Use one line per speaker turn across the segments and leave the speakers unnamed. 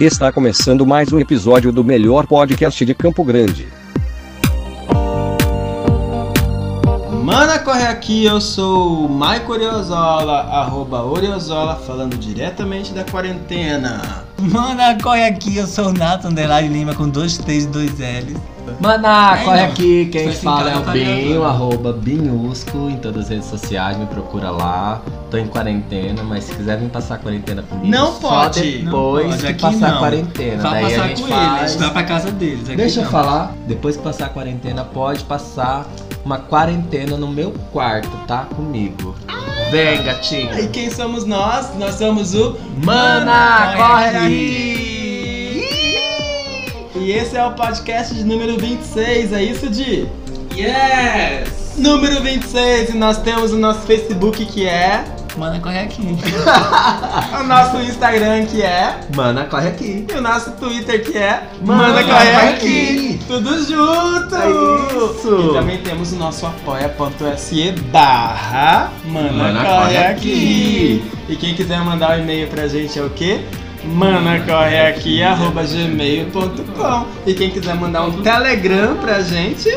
Está começando mais um episódio do melhor podcast de Campo Grande.
Mana, corre aqui, eu sou o Maico Oriozola, arroba Oriozola, falando diretamente da quarentena.
Mana, corre aqui, eu sou o Nathan Underline Lima com dois T's e dois L's.
Maná,
Ai,
Ah, corre
não.
aqui, quem
Foi
fala é
assim,
o
cara,
Binho,
tá
arroba Binhusco em todas as redes sociais, me procura lá. Tô em quarentena, mas se quiser vir passar a quarentena comigo,
Não
só
pode,
depois
não pode,
de
aqui
passar
não.
a quarentena.
Vai
Daí a
passar
gente
com
faz...
eles, vai pra casa deles. aqui
Deixa eu
não.
falar, depois que passar a quarentena, pode passar uma quarentena no meu quarto, tá? Comigo. Vem,
E
gatinho.
quem somos nós? Nós somos o
Mana, corre aqui!
aqui! E esse é o podcast de número 26, é isso, Di?
Yes!
Número 26, e nós temos o nosso Facebook que é,
Mana, corre aqui.
o nosso Instagram que é,
Mana, corre aqui.
e o nosso Twitter que é
Mana,
Mana
corre
Corre Aqui!
aqui.
Tudo junto!
É isso.
E também temos o nosso apoia.se barra Mana
Mana
Corre
Corre
Aqui! E quem quiser mandar um e-mail pra gente é o quê? manacorreaqui.gmail.com E quem quiser mandar um telegram pra gente,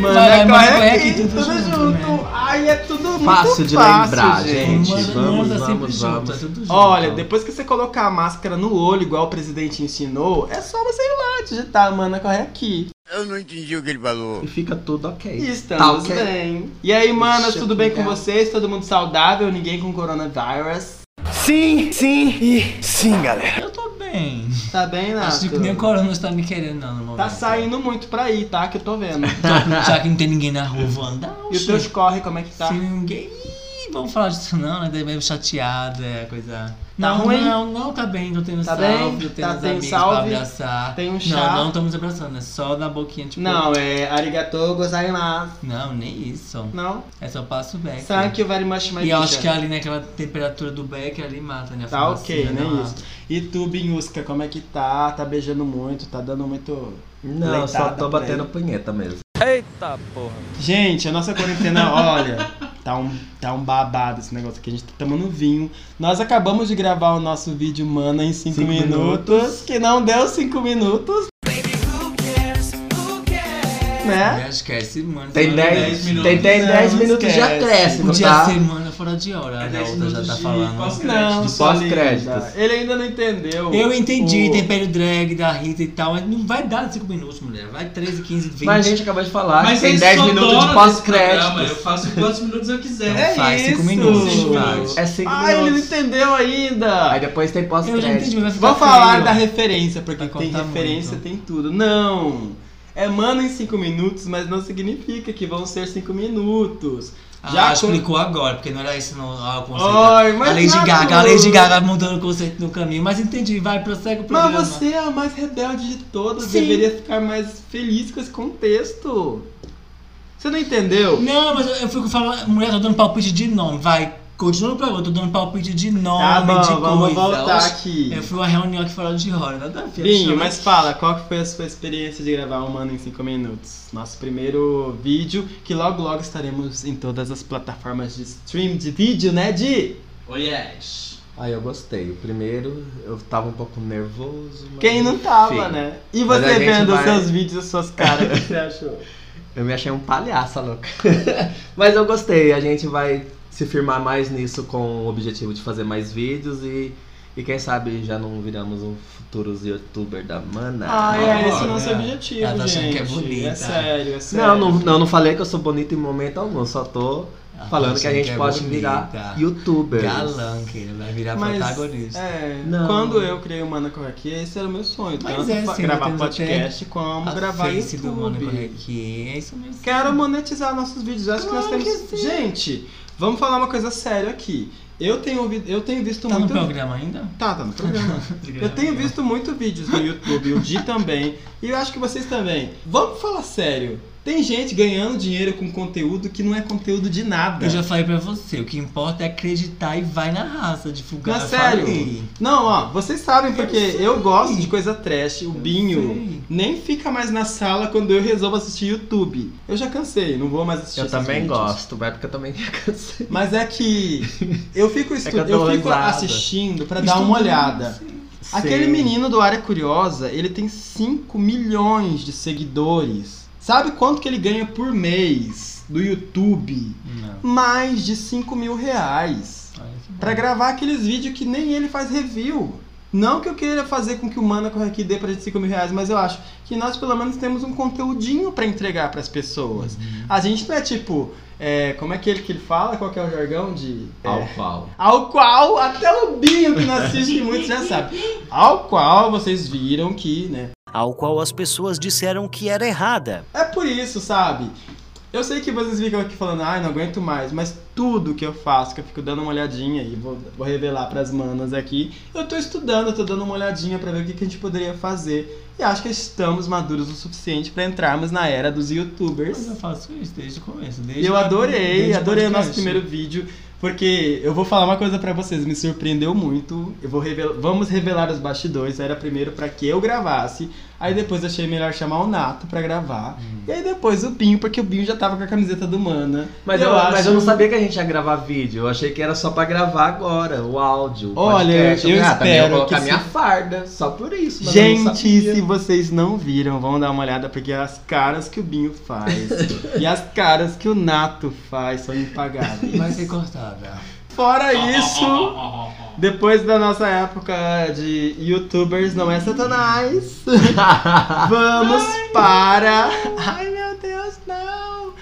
Mana
Mana, Mana
Corre
Corre
Aqui,
Aqui, tudo
tudo
junto,
junto!
né?
Ai, é tudo
Fácil
muito
de
fácil,
lembrar, gente.
Mana,
vamos,
manda sempre
vamos,
junto,
vamos.
é tudo junto.
Olha, depois que você colocar a máscara no olho, igual o presidente ensinou, é só você ir lá digitar, mana, corre aqui.
Eu não entendi o que ele falou.
E fica tudo ok.
E estamos
Tá ok.
bem. E aí, manas,
Deixa eu
tudo bem com
pegar.
vocês? Todo mundo saudável? Ninguém com coronavírus?
Sim, sim e sim, galera.
Eu tô bem.
Tá bem, Nato?
Acho que nem o Corona está me querendo, não, no momento.
Tá saindo muito pra aí, tá? Que eu tô vendo.
Tô- Já que não tem ninguém na rua, vou andar.
E os teus
oxe.
corre, como é que tá?
Se ninguém. Ih, Vamos falar disso não, né? Daí meio chateada, é coisa. não,
Tá ruim?
não, não, tá bem, tô tendo
Tá
salve,
bem?
tô tendo
Tá,
os
tem
amigos
salve?
pra abraçar.
Tem um chá?
Não, não estamos abraçando, é só na boquinha, tipo.
Não, é arigatou gozaimasu.
Não, nem isso.
Não?
É só passo o Becker.
Thank you very much, my
E eu acho
teacher.
que é ali naquela temperatura do Becker ali mata, né? A
Tá
fumacinha,
ok,
né?
nem isso. E tu, Binhusca, como é que tá? Tá beijando muito, tá dando muito...
Não,
Leitada
só tô
pra
batendo punheta mesmo.
Gente, a nossa quarentena, olha, tá um, tá um babado esse negócio aqui. A gente tá tomando vinho. Nós acabamos de gravar o nosso vídeo, mana, em 5
Cinco
minutos, que não deu 5 minutos. Né?
Eu acho que é semana.
Tem
semana
10
minutos.
tem 10
Não,
minutos
esquece.
já cresce, não
Podia
tá?
semana fora de hora, a outra já tá falando.
Não,
do
só
pós-créditos.
linda. Ele ainda não entendeu.
Eu entendi,
o-
tem pé do drag da Rita e tal, mas não vai dar 5 minutos, mulher. Vai 13, 15, 20.
Mas a gente acabou de falar
Mas
que tem
eles
10
são
minutos
donos
de
desse programa, Eu
pós-créditos.
faço quantos minutos eu quiser.
É
Então faz
isso.
cinco minutos,
Cinco
faz.
É 5
Ah, ele não
minutos.
entendeu ainda.
Aí depois tem
eu já entendi,
pós-crédito.
mas vai ficar
Vou falar
feio.
da referência, porque
Vai
tem
contar
referência,
muito.
tem tudo. Não! É mano em 5 minutos, mas não significa que vão ser 5 minutos.
Ah,
Já com-
explicou agora, porque não era isso não, ah, o conceito.
Ai, mas
a Lady
nada
Gaga, a Lady
hoje.
Gaga mudando o conceito no caminho, mas entendi, vai, prossegue o programa.
Mas você é a mais rebelde de todas,
Sim.
deveria ficar mais feliz com esse contexto. Você não entendeu?
Não, mas eu, eu fico falando, mulher, tô dando palpite de nome, vai. Continua no programa, tô dando palpite de nome,
Tá bom,
de
vamos
coisa.
voltar
Oxe,
aqui.
Eu fui a uma reunião aqui fora de hora, nada a ver.
Binho,
chama-
mas fala, qual que foi a sua experiência de gravar um Mano em 5 Minutos? Nosso primeiro vídeo, que logo logo estaremos em todas as plataformas de stream de vídeo, né, Di?
Oh yes.
Aí eu gostei. O primeiro eu tava um pouco nervoso. mas
Quem não tava,
enfim.
né? E
Mas
você
a gente
vendo os
vai-
seus vídeos, as suas caras, o que você achou?
Eu me achei um palhaça, louca. mas eu gostei. A gente vai se firmar mais nisso com o objetivo de fazer mais vídeos e. E quem sabe já não viramos um futuros youtuber da mana.
Ah, é, esse é o nosso
Olha,
objetivo,
ela tá achando
gente.
que é bonita.
É sério, é sério.
Não, não, não, não falei que eu sou bonito em momento algum, só tô
Ah,
falando que a gente
é
pode
bonita.
virar youtuber.
Galã, que ele vai virar
Mas,
protagonista.
É,
Não.
quando eu criei o Mana Corre Aqui, esse era o meu sonho.
Mas
tanto
é,
fa-
sim,
gravar
temos até
podcast como
A
gravar
face do Mônaco
YouTube.
aqui, é isso mesmo.
Quero monetizar nossos vídeos. Acho que
Claro
nós temos.
que sim.
gente, vamos falar uma coisa séria aqui. Eu tenho, ouvido- eu tenho visto
Tá no
muito.
programa ainda?
Tá, tá no programa. Eu tenho visto muito vídeos no YouTube, o Di também, e eu acho que vocês também. Vamos falar sério. Tem gente ganhando dinheiro com conteúdo que não é conteúdo de nada.
Eu já falei pra você, o que importa é acreditar e vai na raça, divulgar.
Mas
Eu
sério?
falei.
Não, ó, vocês sabem porque eu, gosto de coisa trash, o
Eu
Binho
sei.
nem fica mais na sala quando eu resolvo assistir YouTube. Eu já cansei, não vou mais assistir
Eu
esses
também
vídeos.
gosto, mas é porque eu também já cansei.
Mas é que eu fico, estu...
É que eu
eu
dou
fico
risada.
assistindo pra dar
Estudando,
uma olhada.
sim.
Aquele menino do Área Curiosa, ele tem 5 milhões de seguidores. Sabe quanto que ele ganha por mês do YouTube?
Não.
Mais de 5 mil reais.
Olha que
Pra gravar aqueles vídeos que nem ele faz review. Não que eu queira fazer com que o Mana Corre aqui dê pra gente 5 mil reais, mas eu acho que nós pelo menos temos um conteúdinho pra entregar pras pessoas. A gente não é tipo, é, como é que ele, que ele fala? Qual que é o jargão de. é,
Ao qual?
Ao qual, até o Binho que não assiste muito já sabe. Ao qual vocês viram que, né?
ao qual as pessoas disseram que era errada.
É por isso, sabe? Eu sei que vocês ficam aqui falando, ai, não aguento mais, mas tudo que eu faço, que eu fico dando uma olhadinha e vou, vou revelar pras manas aqui, eu tô estudando, eu tô dando uma olhadinha pra ver o que, que a gente poderia fazer. E acho que estamos maduros o suficiente pra entrarmos na era dos
Mas
youtubers.
eu faço isso desde o começo. Desde
E eu adorei,
é um
desde
adorei o nosso
podcast.
primeiro vídeo, porque eu vou falar uma coisa pra vocês, me surpreendeu muito. Eu vou revel- vamos revelar os bastidores, era primeiro pra que eu gravasse, aí depois achei melhor chamar o Nato pra gravar,
Uhum.
e aí depois o Binho, porque o Binho já tava com a camiseta do Mana.
Mas
E
eu, mas eu não sabia que a gente ia gravar vídeo. Eu achei que era só pra gravar agora, o áudio. o
Olha,
podcast.
eu
falei, ah, também eu
espero
vou colocar
que
minha
se-
farda, só por isso. Mas eu não
Gente,
sabia.
se vocês não viram, vão dar uma olhada, porque as caras que o Binho faz e as caras que o Nato faz são impagáveis.
Vai ser cortada.
Fora isso, depois da nossa época de youtubers não é satanás, vamos para. Ai meu Deus, não!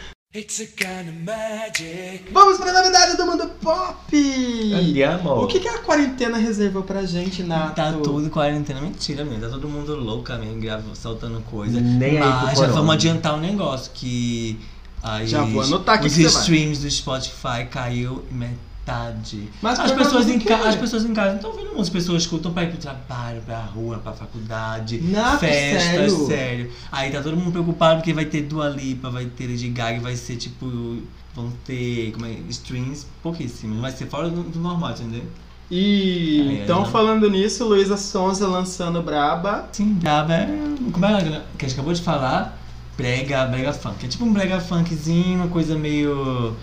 Vamos para a novidade do mundo pop!
Andiamo.
O que, que a quarentena reservou pra gente, Nato?
Tá tudo quarentena. Mentira, menina. Tá todo mundo louco mesmo, gravo- soltando coisa.
Nem aí pro
Mas já
corona.
vamos adiantar um negócio que. as-
Já vou anotar aqui
Os
que você vai.
streams do Spotify caiu metade.
Mas
as
por causa
pessoas,
do
em
quê?
ca- as pessoas em casa não estão vendo muito. As pessoas escutam pra ir pro trabalho, pra rua, pra faculdade,
Nato,
festas,
tá sério?
sério? Aí tá todo mundo preocupado porque vai ter Dua Lipa, vai ter Lady Gaga, vai ser tipo. Vão ter como é, streams pouquíssimos. Vai ser fora do, do normal, entendeu?
E
Ai, ai,
então,
não.
falando nisso, Luísa Sonza lançando Braba.
Sim, braba é. Como é que a gente acabou de falar? Brega, brega funk. É tipo um brega funkzinho, uma coisa meio.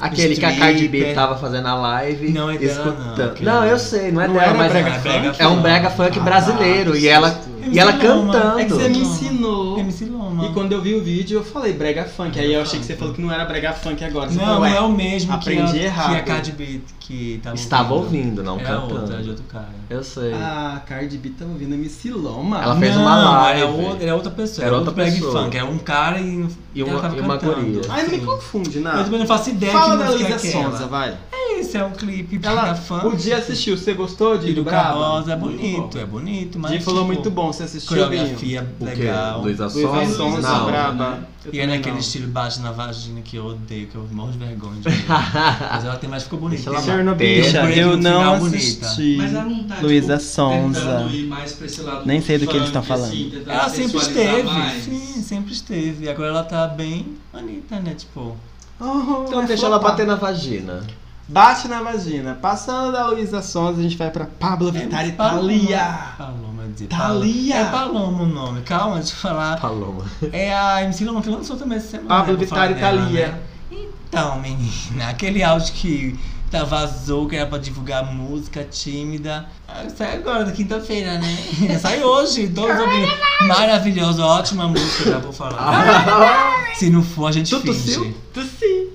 Aquele que a Cardi B
Stripper.
tava fazendo a live.
Não é dela, não,
escutando.
aquele ali.
eu sei, não é
Não
dela,
era
mas
brega
é,
funk?
é um brega funk
Ah, tá,
brasileiro.
que
e ela,
susto.
e ela
MC Loma.
cantando.
É que você me
Não.
ensinou.
MC um Loma.
E quando eu vi o vídeo, eu falei brega funk. Aí eu achei que você
funk.
falou que não era brega funk agora. Você
Não,
falou,
não
"Ué,
é o mesmo
aprendi
que, a, que a
errado.
Cardi B que tava
Estava ouvindo, não
era
cantando.
Outra, é de outro cara.
Eu sei.
Ah, Cardi B tá ouvindo MC Loma.
Ela fez uma
Não,
live.
Era, outra, era outra pessoa.
Era
Era
outra
outro brega
pessoa.
funk. Era um cara e,
E
ela
uma-
tava
e uma
cantando.
guria. Ah.
Ai, não me
Sim.
confunde,
Eu
nada.
também não faço ideia
Fala
que
da
música
Luísa
é aquela.
Sonza, vai.
Esse é um clipe
Ela
brega funk.
o dia assistiu, você gostou de
Filho
Braba?
Barbosa é
Muito
Tá
bonito,
bom.
é bonito, mas.
Dia falou
tipo,
muito bom, você assistiu Binho?
Coreografia
O quê?
legal.
Luísa
Luísa
Sonza?
Sonza,
Não.
Braba. Eu
E é
também
naquele
não.
estilo baixo na vagina que eu odeio, que eu morro de vergonha de ver.
Ah.
Mas ela tem mais, ficou bonita.
Deixa ela
Tem-
Chernobyl,
Tem
um
eu
break no
não
final bonita.
assisti.
Mas ela não tá,
Luísa
tipo,
Sonza.
tentando ir mais pra esse lado
Nem sei do que
funk,
eles tão falando.
assim, tentar
Ela sempre
sensualizar
esteve.
mais.
Sim, sempre esteve. Agora ela tá bem bonita, né? Tipo.
Oh,
Então
vai
deixa ela
flopar.
bater na vagina.
Bate na vagina. Passando da Luísa Sonza, a gente vai pra
É,
Pablo Vittar e Tá Thalia.
Paloma, eu ia dizer.
Thalia.
É Paloma o nome, calma, deixa eu falar.
Paloma.
É a MC Loma que lançou também essa semana.
Pablo
né, pra falar
Vittar e
dela,
Thalia.
né? Então, menina, aquele áudio que tá vazou, que era pra divulgar música tímida. Ah, Sai agora, na quinta-feira, né? Sai hoje, todos ouvindo. Maravilhosa, ótima música, já vou falar. Se não for, a gente
Tu tossiu?
finge.
Tossi.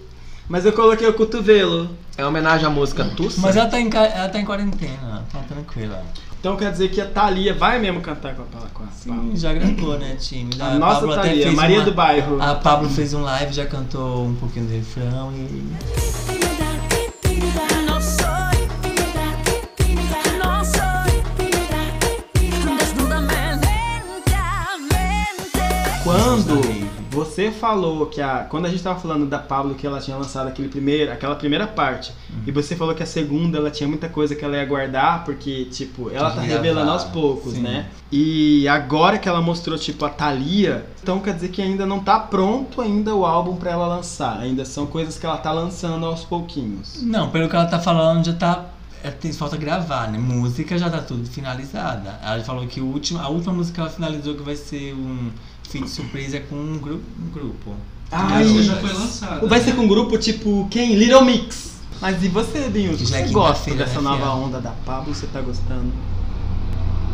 Mas eu coloquei o cotovelo.
É uma homenagem à música Tussa?
Mas ela tá, em, ca- ela tá em quarentena, tá tranquila.
Então quer dizer que a Thalia vai mesmo cantar com a Paula com a
Sim,
Paula.
já gravou, né, tímida.
A nossa
Pabllo até
Thalia,
fez
Maria
uma-
do Bairro.
A Pablo fez um live, já cantou um pouquinho do refrão e.
Quando você falou que a. Quando a gente tava falando da Pablo que ela tinha lançado aquele primeiro, aquela primeira parte,
Uhum.
e você falou que a segunda ela tinha muita coisa que ela ia guardar, porque, tipo, ela tá
Gravar,
revelando aos poucos,
sim.
né? E agora que ela mostrou, tipo, a Thalia, então quer dizer que ainda não tá pronto ainda o álbum pra ela lançar. Ainda são coisas que ela tá lançando aos pouquinhos.
Não, pelo que ela tá falando, já tá. é, tem, falta gravar, né? Música já tá tudo finalizada. Ela já falou que o último, a última música que ela finalizou que vai ser um feed surpresa é com um grupo. Um grupo.
Ai,
Essa
Não,
já
mas-
foi lançada.
Vai ser com um grupo tipo quem? Little Mix. Mas e você, Binho?
Que já
Você
é quinta-feira,
gosta dessa
né,
nova
fiel?
onda da Pablo? Você tá gostando?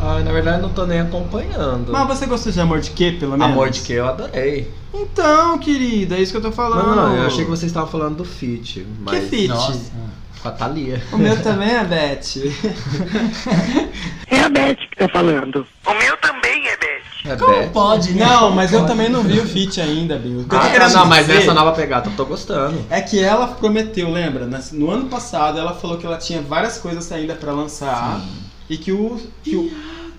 Ah, na verdade eu não tô nem acompanhando.
Mas você gostou de Amor de Quê, pelo menos?
Amor de que eu adorei.
Então, querida, é isso que eu tô falando.
Não, não, eu achei que vocês estavam falando do feat,
Que
mas
fit?
Nossa.
com a Thalia.
O meu também é Beth.
É a Beth que tá falando. O meu também é Beth.
É
Como
Beth.
pode, né?
Não, mas eu
Pode.
também não vi o fit ainda, Binho. O que eu tô
Ah, tá,
querendo
não, mas
dizer
essa nova pegada eu tô gostando.
É que ela prometeu, lembra? Nas- No ano passado ela falou que ela tinha várias coisas ainda pra lançar e que o. Que o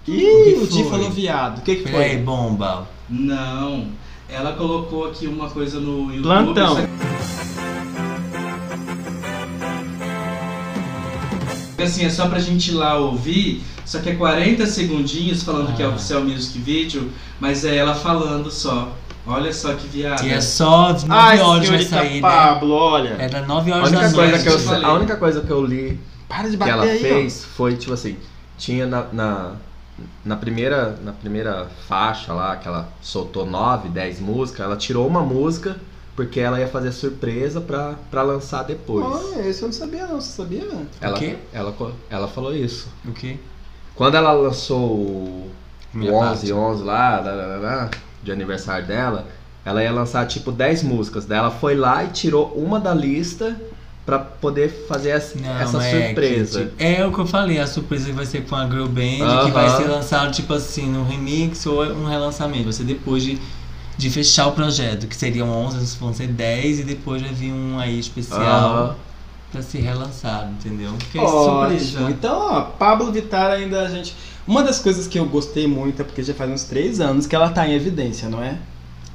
Ih,
O que
o Di
foi?
falou viado. O que, que
Peraí,
foi?
bomba.
Não. Ela colocou aqui uma coisa no YouTube.
Plantão.
só que, Assim, é só pra gente ir lá ouvir. Só que é 40 segundinhos falando que é
Ah.
oficial music video, mas é ela falando só. Olha só que viada.
Que é só às 9
Ai,
horas vai
senhorita
sair, né?
Pablo, olha.
É das 9
A
horas da
única,
noite.
coisa que eu,
falei.
a única coisa que eu li
Para de
que
bater
ela
aí,
fez foi, tipo assim, tinha na, na, na primeira, na primeira faixa lá, que ela soltou 9, 10 músicas, ela tirou uma música porque ela ia fazer surpresa pra, pra lançar
ó.
depois.
Olha, isso eu não sabia não, você sabia?
ela,
quê?
Ela, co- ela falou isso.
O quê?
Quando ela lançou o
Minha
11,
parte.
11 lá, lá, lá, lá, lá, de aniversário dela, ela ia lançar tipo 10 músicas. Daí ela foi lá e tirou uma da lista pra poder fazer essa,
Não,
essa
é que,
surpresa.
tipo, é o que eu falei, a surpresa que vai ser com a Girl Band, que
Aham.
vai ser lançado tipo assim, num remix ou um relançamento. Vai ser depois de, de fechar o projeto, que seriam 11, vão ser 10 e depois vai vir um aí especial
Aham.
pra ser relançado, entendeu? Fiquei
Ótimo.
surpresa.
Então, ó, Pablo Vittar ainda a gente. Uma das coisas que eu gostei muito é porque já faz uns três anos que ela tá em evidência, não é?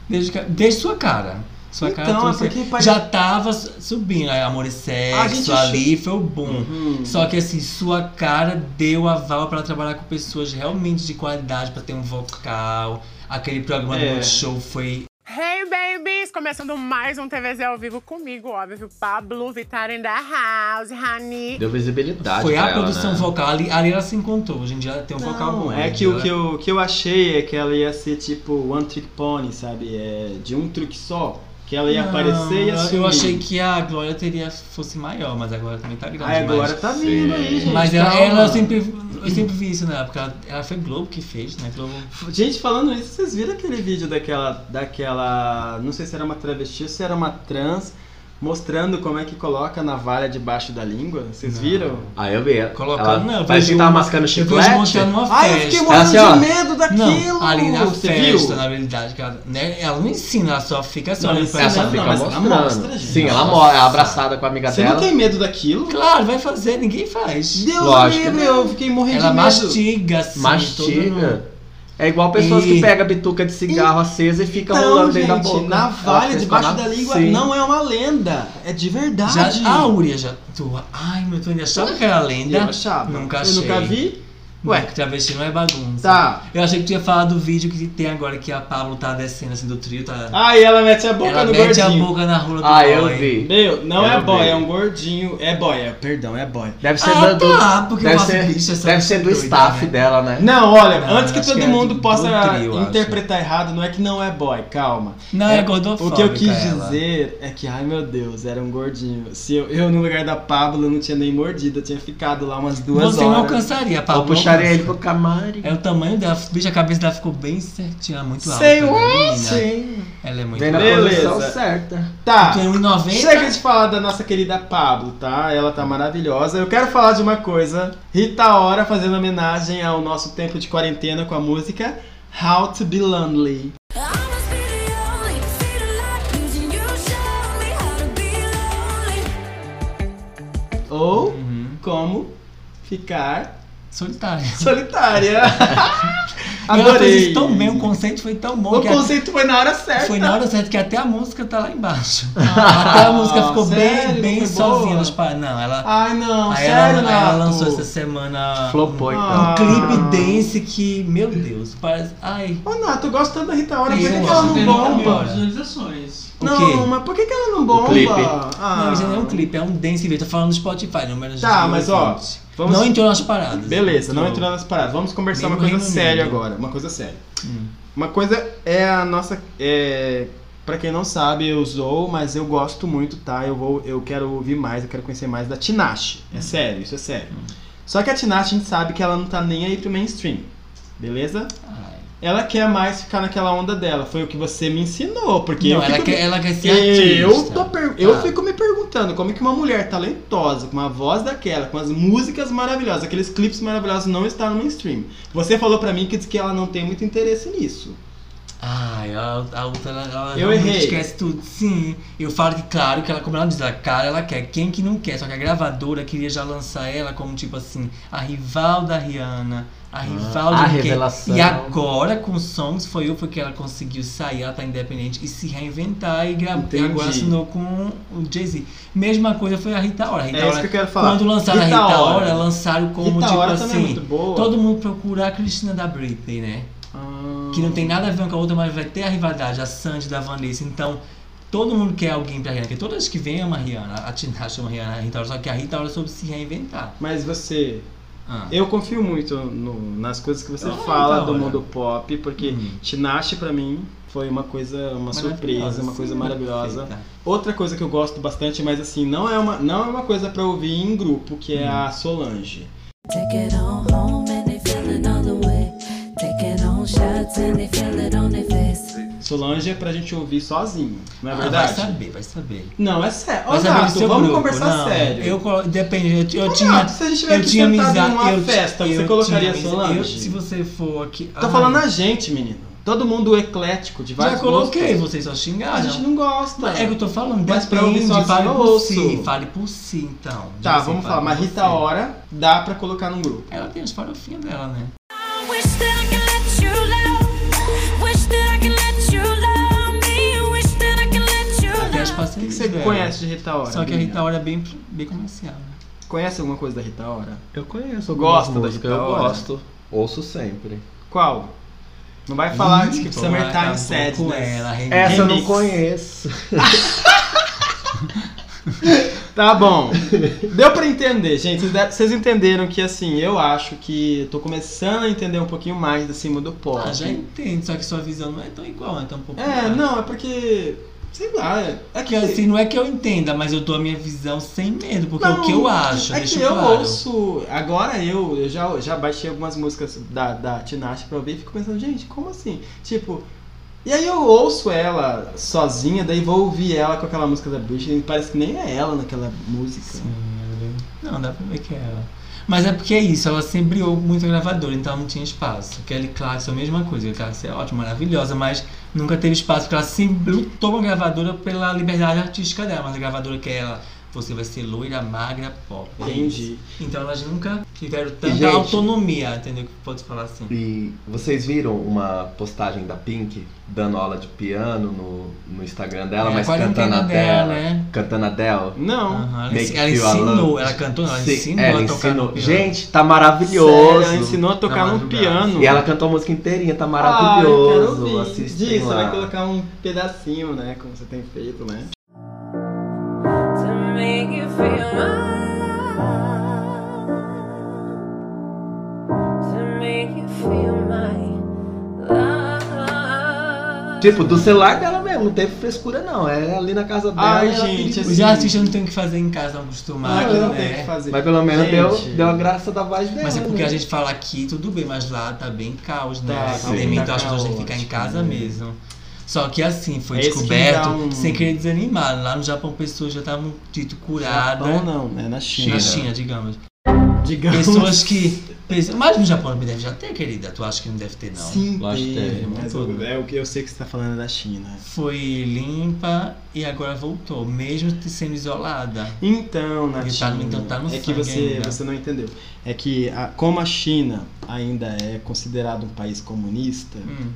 Desde, que- desde sua cara. Sua cara
Então, é
trouxe-
porque parece-
já tava su- subindo, aí Amor e
A gente
Sexo,
achou-
ali foi o boom.
Hum.
Só que assim, sua cara deu aval pra ela trabalhar com pessoas realmente de qualidade, pra ter um vocal. Aquele programa
É.
do Multishow foi
Hey babies, começando mais um TVZ ao vivo comigo, óbvio, Pablo Vittar in the house, honey.
Deu visibilidade.
Foi
pra
a
ela,
produção
né?
vocal, ali, ali ela se encontrou. Hoje em dia ela tem um vocal bom.
é que o
né?
que eu, que eu achei é que ela ia ser tipo One Trick Pony, sabe? É, de um truque só. Que ela ia aparecer e ia sumir.
Eu achei que a Glória teria fosse maior, mas agora também tá grande.
Ai, agora
mas...
tá vindo aí, gente.
Mas ela,
calma.
ela eu sempre, eu sempre vi isso na época. Ela, ela foi Globo que fez, né? Globo.
Gente, falando isso, vocês viram aquele vídeo daquela. daquela. Não sei se era uma travesti ou se era uma trans, mostrando como é que coloca a navalha debaixo da língua? Vocês
Não.
viram?
Aí eu vi. ela-
Colocando,
ela
não, eu
Parece
vejo
que tava
uma-
mascando
Eu vejo
chiclete.
montando uma
Ai, eu
festa.
fiquei
Ela
morrendo
assim, ó.
de medo daquilo!
Não, ali na
Você
festa,
viu?
na verdade, que ela, né, ela não ensina, ela só fica assim, só
Não,
olhando
ensina
pra
Ela só
Não,
fica
mas ela
mostrando.
mostra, gente.
Sim, ela mora, é abraçada com a amiga
Você
dela.
não tem medo daquilo?
Claro, vai fazer, ninguém faz.
Deus
Lógico.
livre, eu fiquei morrendo
Ela
de medo.
mastiga, assim, todo mundo.
Mastiga. É igual pessoas que
E-
pegam a bituca de cigarro acesa e fica
Então,
rolando dentro da
gente,
boca.
navalha
Ela fez
debaixo
com a-
da língua
Sim.
não é uma lenda, é de
Já, Ah,
verdade.
a Áurea já atua. Ai, meu, tu ainda achava que era lenda?
Eu achava.
Nunca
Eu
achei.
nunca vi.
Ué, que travesti não é bagunça.
Tá.
Eu achei que tu ia falar do vídeo que tem agora que a Pablo tá descendo assim do trio, tá?
Aí ela mete a boca
ela
no
mete
gordinho.
a boca na rola do
Ah, eu
boy.
vi.
Meu, não é
Eu
boy,
vi.
é um gordinho. É boy, é, perdão, é boy.
Deve ser
Ah,
do,
tá, porque
deve
eu acho
ser,
bicha essa
deve ser do
doida,
staff
né?
dela, né?
Não, olha,
Não,
antes que
acho
todo
que é
mundo
do-
possa
do trio, eu
interpretar errado, não é que não é boy, calma.
Não, é, gordofóbica
O que eu quis
ela.
dizer é que, ai meu Deus, era um gordinho. Se eu, eu, no lugar da Pablo, eu não tinha nem mordido, eu tinha ficado lá umas duas
Você
horas.
não alcançaria, a Pablo.
Eu
não alcança.
puxaria ele pro camarim.
É o tamanho dela. Bicho, a cabeça dela ficou bem certinha, muito alta.
Sei
né, menina?
Sim.
Ela é muito
Vem na
alta. um
Beleza.
posição certa.
Tá.
Tem 1,90.
Chega de falar da nossa querida Pablo, tá? Ela tá maravilhosa. Eu quero falar de uma coisa. Rita Ora fazendo homenagem ao nosso tempo de quarentena com a música How to Be Lonely. Ou
Uhum.
como ficar
Solitária.
solitária.
E Ela fez
Adorei.
isso tão bem, o conceito foi tão bom
O
que a-
conceito é foi na hora certa.
foi na hora certa que até a música tá lá embaixo. até a música ficou
Ah, sério?
bem, bem
Foi boa?
sozinha. Elas pa- Não, ela.
Ai não,
aí ela,
sério,
aí ela
Nato?
lançou essa semana
Flopou,
um,
então.
um clipe dance que, meu Deus, parece. Ai.
Ô Nato, eu gosto tanto da Rita
é
Ora, por que,
Isso,
que ela
gosto
não
dele
bomba?
também.
visualizações.
O
Não,
quê?
mas por que, que ela não bomba?
clipe.
Ah.
Não, isso não é um clipe, é um dance video. Tô falando do Spotify, não menos
Tá,
de
mas ó,
ouvinte.
vamos-
Não entrou nas paradas.
Beleza, não entrou nas paradas. Vamos conversar
Nem
uma coisa
no Reino
séria
Unido. Hum.
agora. Uma coisa séria. Uma coisa é a nossa. É, para quem não sabe, eu usou, mas eu gosto muito, tá? Eu, vou, eu quero ouvir mais, eu quero conhecer mais da Tinashe.
Hum.
É sério, isso é sério. Só que a Tinashe a gente sabe que ela não tá nem aí pro mainstream, beleza?
Ai.
Ela quer mais ficar naquela onda dela. Foi o que você me ensinou, porque
Não,
eu
ela,
fico
quer, ela quer ser
eu,
artista.
tô per- eu
Ah.
fico me perguntando como é que uma mulher talentosa, com uma voz daquela, com as músicas maravilhosas, aqueles clipes maravilhosos, não está no mainstream. Você falou pra mim que diz que ela não tem muito interesse nisso.
Ai, a, a outra, ela, ela
Eu
realmente
errei.
esquece tudo. Sim, eu falo que, claro, que ela, como ela diz, ela, cara, ela quer. Quem que não quer? Só que a gravadora queria já lançar ela como, tipo assim, a rival da Rihanna, a
Ah,
rival
a
de quem.
revelação.
E agora, com Songs For You, foi que ela conseguiu sair, ela tá independente e se reinventar e gravar. E
Entendi.
agora assinou com o Jay-Z. Mesma coisa foi a Rita Ora. A Rita
É isso
Ora
que eu quero falar.
Então,
tá
quando lançaram
Rita
a Rita Ora,
Ora
lançaram como,
Rita
tipo
Ora também é
assim,
muito boa.
todo mundo procura a Cristina da Britney, né?
Ah,
que não tem nada a ver uma com a outra, mas vai ter a rivalidade, a Sandy da Vanessa. Então, todo mundo quer alguém pra Rihanna, porque todas que vêm ama a Rihanna, a Tina chama a Rihanna, a Rita Ora, só que a Rita Ora soube se reinventar.
Mas você.
Ah.
Eu confio muito no- nas coisas que você
Ah,
fala
então,
do
né?
mundo pop, porque
Hum.
Tinashe pra mim foi uma coisa, uma surpresa, uma
sim,
coisa maravilhosa.
perfeita.
Outra coisa que eu gosto bastante, mas assim, não é uma, não é uma coisa pra ouvir em grupo, que é
Hum.
a Solange.
Take it on home and they feel it all the way. Taking on shots and they feel it on their face.
Solange é pra gente ouvir sozinho, não é
Ah,
verdade?
Vai saber, vai saber.
Não, é sério. Ô,
Vai saber do
Nato,
seu
vamos
grupo,
conversar
não.
sério.
Eu colo- depende, eu, eu
Ô,
tinha.
Nato, se a gente tiver
eu
aqui
tinha
sentado
amizade.
numa
eu,
festa, você
eu
colocaria
tinha,
Solange?
Eu, se você for aqui. ah,
Tô
Ai,
falando a gente, menino. Todo mundo eclético, de
Já
vários
coloquei,
gostos. Ah,
vocês só
A
xingaram.
gente não gosta.
É o que eu tô falando,
Mas pra ouvir
depende,
sozinho
fale
eu
por
ouço.
si, fale por si então.
Tá,
Você
vamos
fale
falar.
por
Mas
si.
Rita Hora dá pra colocar num grupo.
Ela tem as farofinhas dela, né?
I wish that I could let you love. Wish that I could let you love me. Wish that I could let you
Até as
love.
O que, que
parcerias
você
dela.
conhece de Rita Hora?
é. Só que a
Bia?
Rita Ora é bem, bem comercial. né?
Conhece alguma coisa da Rita Hora?
Eu conheço.
Gosta da
música,
Rita
eu
Ora?
gosto. Ouço sempre.
Qual? Não vai falar que
Pô,
Summertime né? É.
acabou com
Sadness.
tá um ela, remix.
Essa eu não
Remix.
conheço.
Tá bom. Deu pra entender, gente. Vocês de- Vocês entenderam que, assim, eu acho que eu tô começando a entender um pouquinho mais desse mundo pop.
Ah, já entende, só que sua visão não é tão igual, não é tão popular.
É, não, é porque. Sei lá, é, é
Que,
que
assim, não é que eu entenda, mas eu dou a minha visão sem medo, porque é
Não,
o que eu acho,
É
deixa
que eu
claro.
ouço. Agora eu, eu já, já baixei algumas músicas da, da Tinashe pra ouvir e fico pensando, gente, como assim? Tipo. E aí eu ouço ela sozinha, daí vou ouvir ela com aquela música da Britney, e parece que nem é ela naquela música.
Sim, ela veio- Não, dá pra ver que é ela. Mas é porque é isso, ela sempre brigou com muito gravador, então não tinha espaço. Kelly Clarkson, a mesma coisa, Kelly Clarkson é ótima, maravilhosa, mas nunca teve espaço, porque ela sempre lutou com a gravadora pela liberdade artística dela, mas a gravadora quer ela, você vai ser loira, magra, pop. é
Entendi.
isso. Então elas nunca tiveram tanta
gente-
autonomia, entendeu? Que pode falar assim.
E vocês viram uma postagem da Pink dando aula de piano no, no Instagram dela,
É, a
mas
quarentena
cantando a
dela,
dela.
né?
Cantando a dela.
Não.
Aham, ela,
Make
ensi- ela
you a
ensinou,
love.
ela cantou, ela
Sim, é,
ensinou
ela
a tocar
ensinou.
no piano.
Gente, tá
Sério,
maravilhoso.
ela ensinou a tocar
Na
no
madrugada.
piano.
E ela cantou a música inteirinha, tá
Ah, eu
maravilhoso.
quero ouvir.
Assistem
Disso,
lá.
vai colocar um pedacinho, né? Como você tem feito, né?
To make you feel mine. To make you feel my love.
Tipo, do celular dela mesmo, não teve frescura não. É ali na casa dela.
Ai,
ela
gente,
pediu.
Os
Sim.
artistas não tem o que fazer em casa, não acostumar,
Ah, Não, não tem o
né?
que fazer.
Mas pelo menos
Gente.
deu, deu a graça da voz dela.
Mas é porque
né?
a gente fala aqui, tudo bem, mas lá tá bem caos, né?
Tá,
A
tá
pandemia,
bem
então as pessoas têm que
caótico,
ficar em casa mesmo. Só que assim, foi
É isso que
descoberto,
dá um-
sem querer desanimar. Lá no Japão, pessoas já estavam dito curadas.
Japão não, né? Na
Na
China.
China, digamos.
Digamos.
Pessoas que. pessoas- Mas no Japão deve já ter, querida. Tu acha que não deve ter, não?
Sim,
Lá
teve,
teve,
mas
tudo.
eu, é o que eu sei que você tá falando é da China.
Foi limpa e agora voltou, mesmo te- sendo isolada.
Então, na
E tá
China,
no- então tá no
é que
sangue
você,
ainda.
você não entendeu. É que a- como a China ainda é considerada um país comunista,
Hum.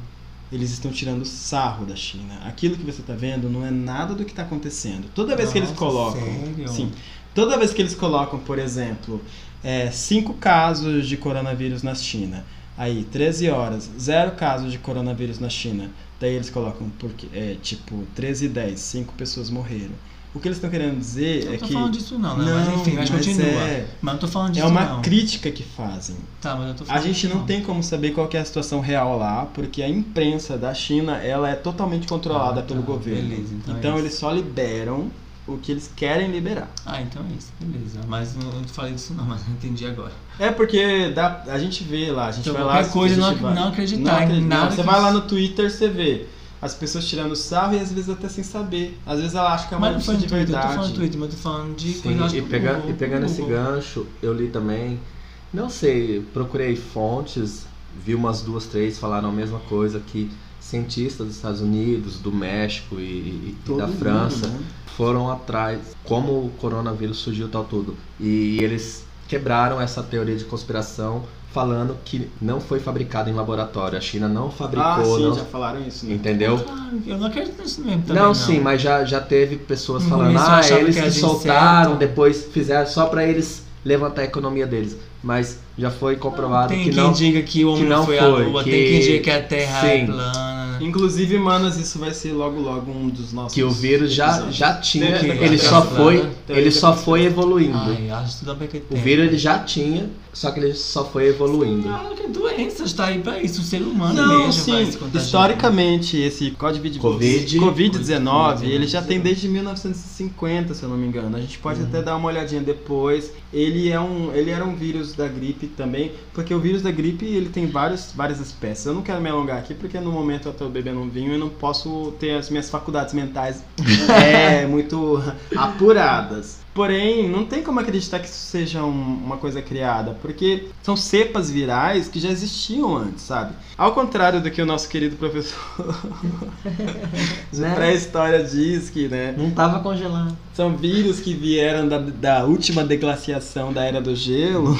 eles estão tirando sarro da China. Aquilo que você tá vendo não é nada do que tá acontecendo. Toda vez que eles
Nossa,
colocam,
sério?
sim, toda vez que eles colocam, por exemplo, é, cinco casos de coronavírus na China, aí 13 horas, zero casos de coronavírus na China, daí eles colocam porque é, tipo 13 e 10, cinco pessoas morreram. O que eles estão querendo dizer é
Não tô
que.
falando disso não, né? Mas enfim, mas,
mas
continua.
É,
Mas não tô falando
é
disso
uma
não.
crítica que fazem.
Tá, mas eu tô
A
falando
gente
disso
não tem como saber qual que é a situação real lá, porque a imprensa da China ela é totalmente controlada
Ah, tá.
pelo governo.
Beleza, então é
então
isso.
eles só liberam o que eles querem liberar.
Ah, então é isso, beleza. Mas não, eu não falei disso não, mas eu entendi agora.
É porque dá- a gente vê lá, a gente
Então,
vai lá.
qualquer coisa,
a gente
não ac- não acreditar em
acredita-
nada
Você
que
vai lá
você-
no Twitter, você vê as pessoas tirando sarro e às vezes até sem saber. Às vezes ela acha que é uma
mas não foi
notícia
no
de
Twitter, eu tô
verdade.
falando no Twitter, mas eu tô falando de
Sim,
coisa
e, pega- e pegando esse gancho, eu li também, não sei, procurei fontes, vi umas duas, três falaram a mesma coisa que cientistas dos Estados Unidos, do México e, e
Todo
da
mundo,
França
né?
foram atrás como o coronavírus surgiu e tal tudo. E eles quebraram essa teoria de conspiração falando que não foi fabricado em laboratório. A China não
Ah,
fabricou,
sim,
não-
já falaram isso. Né?
entendeu?
Eu não acredito nisso mesmo
Não,
também, não.
sim, mas já, já teve pessoas
No
falando,
começo eu
ah,
achava
eles
que
que,
era de
soltaram,
inseto."
depois fizeram só pra eles levantar a economia deles. Mas já foi comprovado
Tem
é que
quem
não.
diga que o homem
que
não
não
foi,
foi,
a lua,
que-
tem quem diga que a terra é
Sim.
plana.
Inclusive, manas, isso vai ser logo logo um dos nossos.
Que o vírus já,
episódios.
já tinha.
Tem-
ele
tem- né?
só
tem- Ah,
foi.
tem-
Ele
tem-
só
tem-
foi evoluindo.
Ai, acho tudo bem que
o
tem.
vírus ele já tinha, só que ele só foi evoluindo.
Claro que doenças tá aí pra isso, o ser humano
Não,
mesmo vai
sim.
se contagiar.
Historicamente, esse código de
Covid.
COVID-19, ele já tem desde 1950, se eu não me engano. A gente pode até dar uma olhadinha depois. Ele é um, ele era um vírus da gripe também, porque o vírus da gripe, ele tem vários, várias espécies. Eu não quero me alongar aqui porque no momento eu tô bebendo um vinho e não posso ter as minhas faculdades mentais é, muito apuradas. Porém, não tem como acreditar que isso seja um- uma coisa criada, porque são cepas virais que já existiam antes, sabe? Ao contrário do que o nosso querido professor de
Né?
pré-história diz que, né?
Não tava congelado.
São vírus que vieram da, da última deglaciação da era do gelo.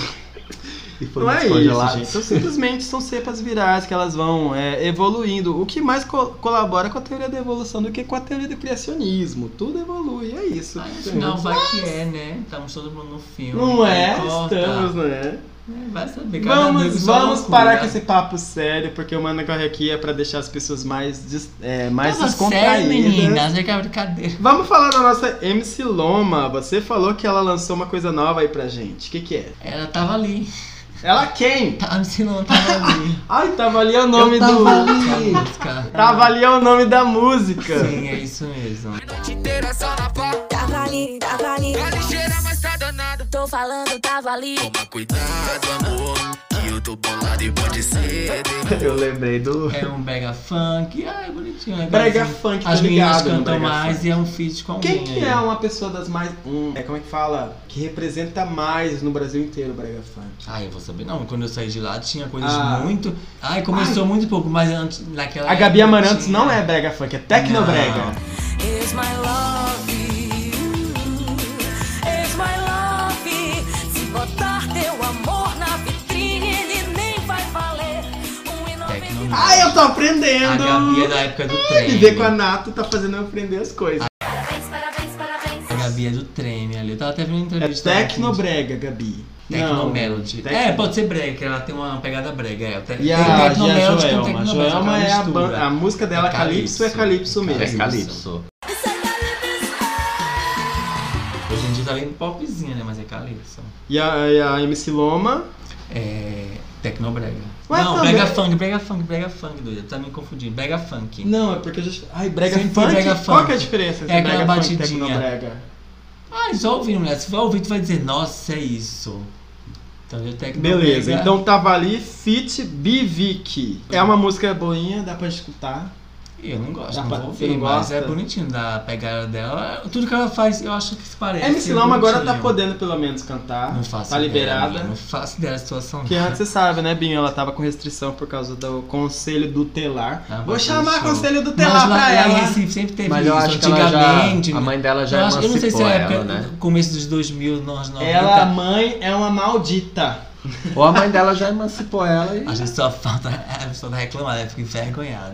E foi
Não é isso,
descongelado.
gente. São simplesmente são cepas virais que elas vão é, evoluindo. O que mais co- colabora com a teoria da evolução do que com a teoria do criacionismo. Tudo evolui, é isso.
Aí, no final vai que é, né? Estamos todo mundo no filme.
Não
aí
é?
corta.
Estamos, né?
É, Vai saber. cada amigo
Vamos,
só
vamos
loucura.
parar com esse papo sério, porque o Manda Corre aqui é pra deixar as pessoas mais, des- é, mais
Tava sério,
descontraídas.
meninas, é que é brincadeira.
Vamos falar da nossa MC Loma. Você falou que ela lançou uma coisa nova aí pra gente. O que, que é?
Ela tava ali.
Ela quem?
Tá, se não tava ali.
Ai, tava ali é o nome
tava
do.
ali.
Tá a música.
Tava ali é o nome da música.
Sim, é isso mesmo.
Tava ali, tava ali. Tô falando, tava ali.
Eu lembrei do.
É um brega funk. Ah, é bonitinho. É
Brega
legalzinho.
funk, tô
As meninas
ligado no
cantam
brega
mais
funk.
e é um feat com alguém.
Quem que é uma pessoa das mais. hum, é, como é que fala? Que representa mais no Brasil inteiro o Brega Funk?
Ah, eu vou saber não. Quando eu saí de lá tinha coisas
Ah.
muito. Ai, começou muito pouco, mas antes, naquela.
A Gabi
época
Amarantos
tinha-
não é Brega Funk, é Tecnobrega.
Não.
It's my love. It's my love. Se botar teu amor na vitrine, ele nem vai valer. Um
Tecno-
inocente.
Ai, eu tô
É A
aprendendo!
Gabi é da época do trem.
Viver com a Nato tá fazendo eu aprender as coisas.
Parabéns, parabéns, parabéns.
A Gabi é do trem ali. Eu tava até vendo
É
entrevista.
Tecnobrega, Gabi. Não.
Tecnomelody.
Tecno-
É, pode ser brega, que ela tem uma pegada brega. É, o
E
te-
a,
tem
e a
Tecnomelody com
Joelma.
Tecnomelody,
Joelma é a,
tipo, mistura.
ban- a música dela,
É
Calypso, é Calypso mesmo.
É Calypso.
Hoje em dia tá bem popzinha, né? Mas é Calypso.
E a, e a MC Loma.
É. Tecnobrega.
Ué,
não,
também-
brega funk, brega funk, brega funk, doido. Tá me confundindo. Brega funk.
Não, é porque a gente. Ai, brega
Sempre
funk?
brega
Qual
funk.
que é a diferença entre
É aquela
brega funk e
batidinha.
tecnobrega?
Ah, só ouvindo, mulher. Se for ouvir, tu vai dizer, nossa, é isso. Então eu tecnobrega.
Beleza, então tava ali Fit Bivic. É uma música boinha, dá pra escutar.
Eu não gosto,
Dá
não
pra-
vou
você
ouvir,
não
mas
gosta?
é bonitinho da pegada dela. Tudo que ela faz, eu acho que se parece.
MC
é
Loma agora tá
bonitinho.
podendo pelo menos cantar.
Não faço
tá
ideia,
liberada.
amiga, Não faço ideia da situação.
Porque antes você sabe, né, Binho? Ela tava com restrição por causa do conselho do telar.
Ah,
Vou
mas
chamar
isso-
conselho do
Mas
telar
lá,
pra
lá
ela.
em Recife sempre teve
Mas
isso.
eu acho que ela
Antigamente. né?
já. A mãe dela já
eu, acho- eu não sei se
emancipou
é a
ela,
época,
né?
começo dos 2000, nós 90.
Ela, mãe, é uma maldita.
Ou a mãe dela já emancipou ela e.
A gente só falta a pessoa tá reclamada, fica envergonhada.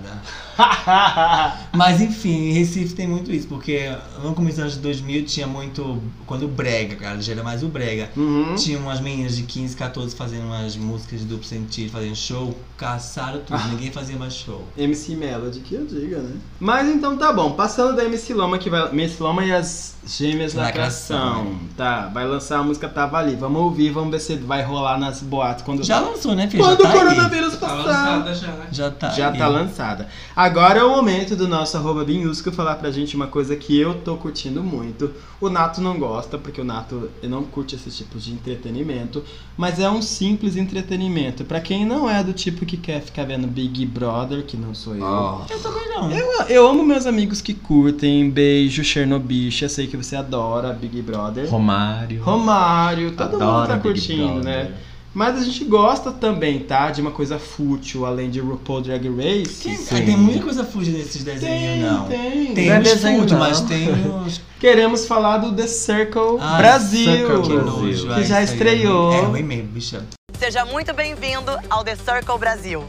Mas enfim, em Recife tem muito isso, porque no começo dos anos 2000 tinha muito. Quando o brega, cara, já era mais o brega.
Uhum.
Tinha umas meninas de 15, 14 fazendo umas músicas de duplo sentido, fazendo show, caçaram tudo,
Ah.
ninguém fazia mais show.
MC Melody, que eu diga, né? Mas então tá bom, passando da MC Loma que vai. MC Loma e as Gêmeas na
Na
atração. Tá, vai lançar a música Tava Ali. Vamos ouvir, vamos ver se vai rolar nas boates quando.
Já lançou, né, filho?
Quando
já
o
tá aí.
coronavírus
Tá
passar.
lançada já.
Já tá.
Já
aí.
tá lançada. Agora é o momento do nosso arroba Binhusco falar pra gente uma coisa que eu tô curtindo muito. O Nato não gosta, porque o Nato não curte esse tipo de entretenimento, mas é um simples entretenimento. Pra quem não é do tipo que quer ficar vendo Big Brother, que não sou eu.
Eu tô com não.
Eu, eu amo meus amigos que curtem. Beijo, Chernobyl. Eu sei que você adora Big Brother.
Romário.
Romário, todo mundo
Adora
tá
Big
curtindo,
Brother.
né? Mas a gente gosta também, tá? De uma coisa fútil, além de RuPaul Drag Race.
Tem,
Sim.
tem muita coisa fuja nesses desenhos, não.
tem.
Tem
Não é
os
desenho,
fujo,
não.
mas tem os.
Queremos falar do The Circle
Ai,
Brasil.
Ah, Circle
Que
Brasil.
é nojo,
Que já
ai, isso aí é
estreou.
ruim. É ruim mesmo, bicha.
Seja muito bem-vindo ao The Circle Brasil.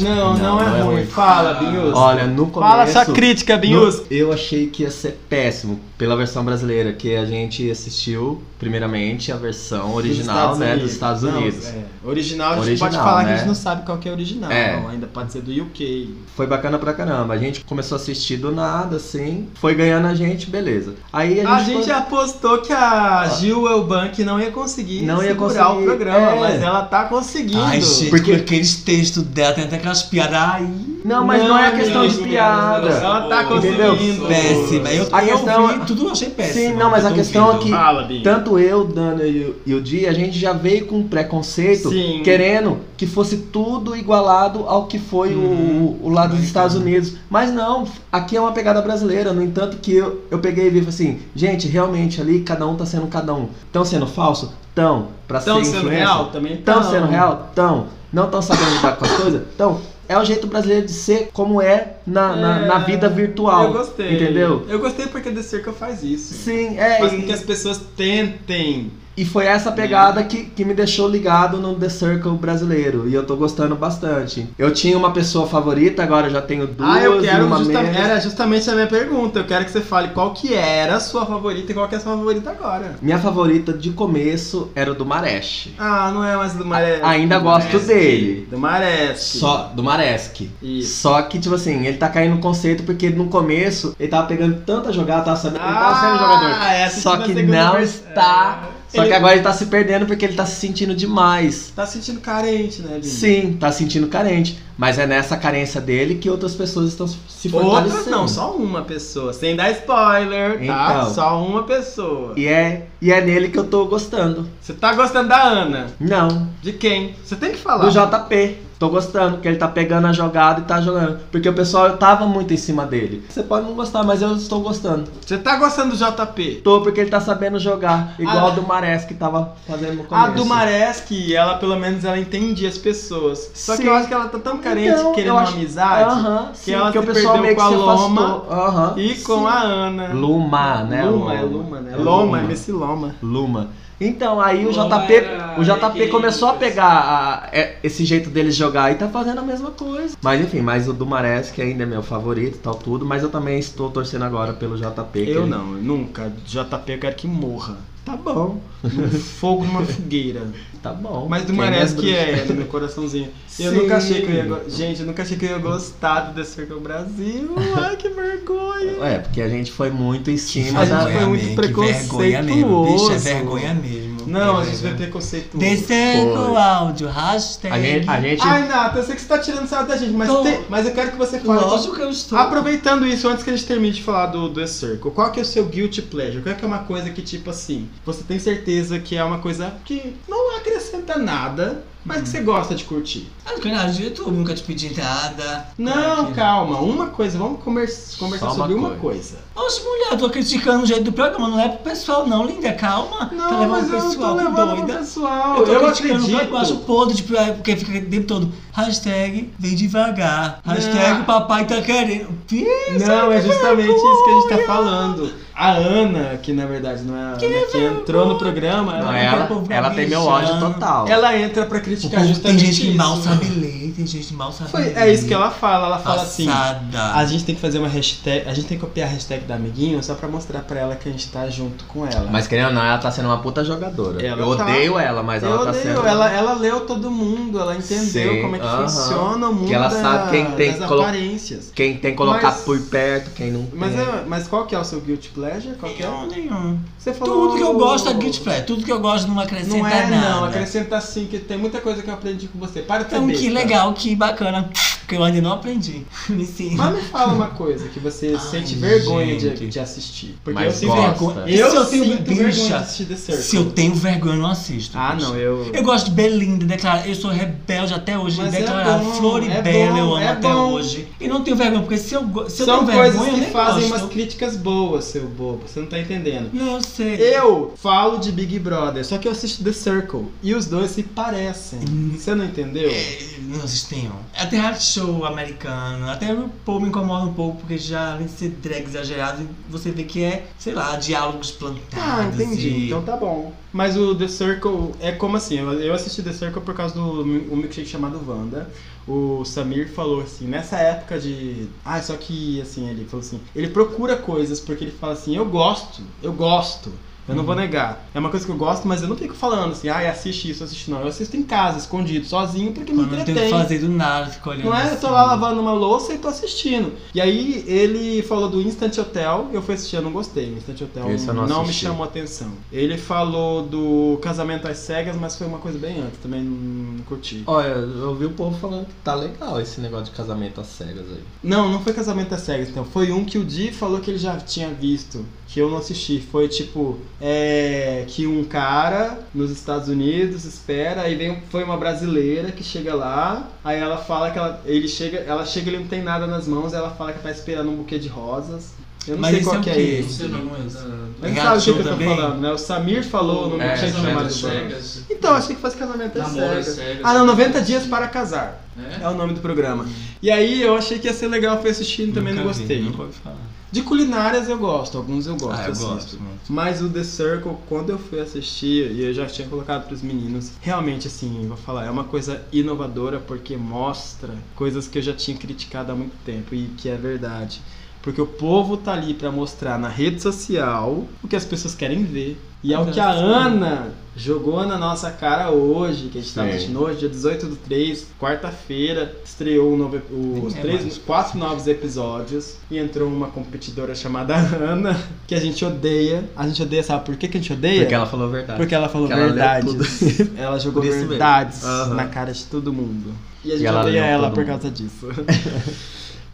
Não, não, é, ruim. Fala, Binhus.
Olha, no começo...
Fala sua crítica, Binhus.
No- Eu achei que ia ser péssimo pela versão brasileira, que a gente assistiu, primeiramente, a versão original,
Estados
né,
Unidos.
dos Estados
Não,
Unidos.
é. Original, a gente
Original,
pode falar que a
né?
gente não sabe qual que é original.
É.
Não, ainda pode ser do UK.
Foi bacana pra caramba. A gente começou a assistir do nada, assim. Foi ganhando a gente, beleza. Aí a gente,
A gente
foi-
apostou que a Gil Elbank não ia conseguir
Não ia
segurar
conseguir,
o programa,
é.
mas ela tá conseguindo.
Ai, gente, porque
Porque-
aqueles textos dela tem até aquelas piadas. Ai,
Não, mas não, é a
Não,
questão de
amigo,
piada.
Ela tá
Entendeu?
conseguindo.
péssima. Eu,
A
eu
questão
vi
é-
tudo, eu achei péssimo.
Sim, não, mas a questão é que
Fala, Binho.
tanto eu, Dana e o- e o Di, a gente já veio com preconceito,
Sim.
querendo que fosse tudo igualado ao que foi o-
Uhum.
o, o lado dos Estados Unidos. Mas não, aqui é uma pegada brasileira. No entanto, que eu, eu peguei e vi e falei assim, gente, realmente ali cada um tá sendo cada um. Tão sendo falso? Tão. Pra
Tão
ser
sendo
influencer?
real também?
Tão
Tão.
sendo real? Tão. Não tão sabendo lidar com as coisas? Tão. É o jeito brasileiro de ser como é na, na, na
É,
vida virtual.
Eu gostei.
Entendeu?
Eu gostei porque The Circle faz isso.
Sim, é.
Faz
e-
com que as pessoas tentem.
e foi essa pegada que, que me deixou ligado no The Circle brasileiro. E eu tô gostando bastante. Eu tinha uma pessoa favorita, agora eu já tenho duas.
ah, eu
e
quero
uma
justa-
menos.
Era justamente a minha pergunta. Eu quero que você fale qual que era a sua favorita e qual que é a sua favorita agora.
Minha favorita de começo era o do Maresh.
Ah, não é mais do Maré.
Ainda
do
gosto
Maresc.
dele.
Do Maré.
Só do Maresk.
Isso.
Só que, tipo assim, ele tá caindo no conceito porque no começo ele tava pegando tanta jogada, tava sabendo, ele tava sendo jogador.
Ah, essa
Só
foi a
que
segunda
não
vez.
está.
É.
Só
Ele
que agora ele tá se perdendo porque ele tá se sentindo demais.
Tá sentindo carente, né, Vini?
Sim, tá sentindo carente. Mas é nessa carência dele que outras pessoas estão se fortalecendo.
Outras não, só uma pessoa. Sem dar spoiler, tá?
Então.
Só uma pessoa.
E é, e é nele que eu tô gostando.
Você tá gostando da Ana?
Não,
De quem? Você tem que falar.
do JP. Tô gostando, que ele tá pegando a jogada e tá jogando. Porque o pessoal tava muito em cima dele. Você pode não gostar, mas eu estou gostando.
Você tá gostando do JP?
Tô porque ele tá sabendo jogar.
Ah.
Igual o do Mares que tava fazendo no
A
começo.
do Maresk, ela pelo menos ela entende as pessoas. Só que
Sim.
eu acho que ela tá tão carente
Então, eu
querendo uma
acho-
amizade.
Aham, sim,
ela
porque
se
o pessoal
perdeu
meio que
com a
se
Loma
afastou. Aham.
E com a Ana.
Luma, né?
Luma, é Luma, né?
É
Loma, é
Luma.
MC Loma.
Luma. Então, aí o
Luma
JP,
era
o JP
quem-
começou a pegar a- é- esse jeito dele jogar e tá fazendo a mesma coisa. Mas enfim, mas o Dumares, que ainda é meu favorito e tal, tudo, mas eu também estou torcendo agora pelo JP. que
Eu
ele-
não, nunca. JP eu quero que morra.
Tá bom,
Num fogo numa fogueira.
tá bom.
Mas do
Quem
Marés que
bruxo?
é, no meu coraçãozinho. Eu
Sim.
nunca achei que eu ia. go- Gente, eu nunca achei que eu ia gostar do The Circle Brasil. Ai, que vergonha.
É, porque a gente foi muito em cima
A
da.
gente foi muito
é que vergonha mesmo, bicha, é vergonha mesmo.
Não, a
É
gente vai
vergonha.
ter conceito.
Descendo
Foi.
o áudio, hashtag.
A gente. A gente
Ai, Nata, eu sei que você tá tirando sarro da gente, mas,
Tô.
tem- mas eu quero que você fale.
Lógico que eu estou.
Aproveitando isso, antes que a gente termine de falar do, do The Circle, qual que é o seu guilty pleasure? Qual que é uma coisa que, tipo assim, você tem certeza que é uma coisa que não acrescenta nada, mas que você gosta de curtir?
Ah, canal do YouTube, nunca te pedi nada.
Não,
cara.
calma, uma coisa, vamos conversar, conversar
Só uma
sobre uma coisa.
coisa.
Oxe, mulher, eu tô criticando o jeito do programa, não é pro pessoal não, linda, calma. tá levando o pessoal, que doida.
pessoal.
Eu tô
Eu
criticando o programa, eu acho
acredito.
podre, tipo, é porque fica o tempo todo. Hashtag vem devagar. Hashtag
Não.
papai tá querendo. Isso,
Não, é justamente isso que a gente tá falando. A Ana, que na verdade não é a Ana, que entrou no programa,
não,
ela,
ela,
povo
ela tem meu
bichando.
ódio total.
ela entra pra
O
criticar
povo, tem
justamente
gente que
isso.
mal sabe ler, tem gente que mal sabe
Foi-
ler.
é isso que ela fala. Ela fala assim:
Passada.
a gente tem que fazer uma hashtag, a gente tem que copiar a hashtag da amiguinho só pra mostrar pra ela que a gente tá junto com ela.
Mas querendo ou não, ela tá sendo uma puta jogadora.
Ela
eu
tá-
odeio ela, mas
eu
ela tá
odeio,
sendo.
ela, ela leu todo mundo, ela entendeu
Sim,
como é que
aham.
funciona o mundo
Que ela
da-
sabe quem tem que
das
colo-
aparências.
Quem tem que colocar
Mas-
por perto, quem não
Mas,
tem.
é- mas qual que é o seu guilty pleasure? Qual que é?
nenhum.
Você falou...
Tudo que eu gosto é guilty pleasure. Tudo que eu gosto não acrescenta
Não é,
nada.
não. Acrescenta sim, que tem muita coisa que eu aprendi com você. Para de ser
Então que
besta.
legal, que bacana. Que eu ainda não aprendi. Me ensina.
Mas me fala uma coisa que você sente
gente.
vergonha de, de assistir. Porque
Mas
eu sinto
gosta.
vergonha.
E
Eu,
se eu tenho-
sinto vergonha de
bicha,
assistir The Circle.
Se eu tenho vergonha, eu não assisto.
Ah,
bicho.
não, eu...
Eu gosto de Belinda, declarar. Eu sou rebelde até hoje,
Mas é
declarado.
bom,
Floribela
é bom,
eu amo
é
até
bom.
hoje. E não tenho vergonha, porque se eu, go- se eu
São
tenho vergonha,
coisas
eu
que
nem
fazem
gosto.
umas críticas boas, seu bobo. Você não tá entendendo.
Não, eu sei.
Eu falo de Big Brother, só que eu assisto The Circle. E os dois se parecem.
Hum.
Você não entendeu?
É, Não existiam. Até É, reality show americano, até o povo me incomoda um pouco, porque já além de ser drag exagerado, você vê que é, sei lá, diálogos
Ah,
plantados.
entendi.
e-
Então tá bom. Mas o The Circle é como assim? Eu eu assisti The Circle por causa do mi- um milkshake chamado Wanda. O Samir falou assim, nessa época de. Ah, só que assim, ele falou assim, ele procura coisas porque ele fala assim, eu gosto, eu gosto. Eu não vou
Uhum.
negar. É uma coisa que eu gosto, mas eu não fico falando assim, ah, assiste isso, assiste não. Eu assisto em casa, escondido, sozinho, porque me
Quando não tem o
entretém.
que fazer do nada, fica olhando.
Não é, eu
assim.
tô lá lavando uma louça e tô assistindo. E aí ele falou do Instant Hotel, eu fui assistir, eu não gostei. O Instant Hotel
Esse eu não
me
assisti.
chamou atenção. Ele falou do Casamento às Cegas, mas foi uma coisa bem antes, também não curti.
Olha, eu ouvi o povo falando que tá legal esse negócio de casamento às cegas aí.
Não, não foi Casamento às Cegas, então. Foi um que o Di falou que ele já tinha visto, que eu não assisti. Foi tipo, é. Que um cara nos Estados Unidos espera, aí vem, foi uma brasileira que chega lá, aí ela fala que ela. Ele chega, ela chega ele não tem nada nas mãos, ela fala que tá esperando um buquê de rosas. Eu não
Mas
sei
esse
qual
é o
que
quê?
é
Não
esse.
sei o nome da-
Mas
É
sabe o que,
show
que eu tô
também?
falando, né? O Samir falou no
do-
meu
É,
que chamado
Casamento Cegas.
Então, achei que fosse casamento às
Namoro às
cegas.
cegas.
Ah, não, 90 dias para casar.
Tá É?
É o nome do programa. E aí eu achei que ia ser legal, fui assistindo, também
Nunca
não
vi,
gostei.
nunca ouvi falar.
De culinárias eu gosto, alguns eu gosto. assim.
Ah, eu
assisto.
gosto muito.
Mas o The Circle, quando eu fui assistir, e eu já tinha colocado pros meninos, realmente, assim, vou falar, é uma coisa inovadora porque mostra coisas que eu já tinha criticado há muito tempo e que é verdade. Porque o povo tá ali pra mostrar na rede social o que as pessoas querem ver. E é o que a Ana jogou na nossa cara hoje, que a gente tava
Sim.
assistindo hoje, dia 18 do 3, quarta-feira, estreou o novo, ep- o- os
Nem é
três,
mais.
os quatro novos episódios e entrou uma competidora chamada Ana, que a gente odeia. A gente odeia, sabe por que, que a gente odeia?
Porque ela falou a verdade.
Porque ela falou
Porque ela leu
verdades. Ela jogou
Por isso mesmo.
verdades
Aham.
na cara de todo mundo. E a gente
E ela
odeia
leu
ela
todo
por
mundo.
causa disso.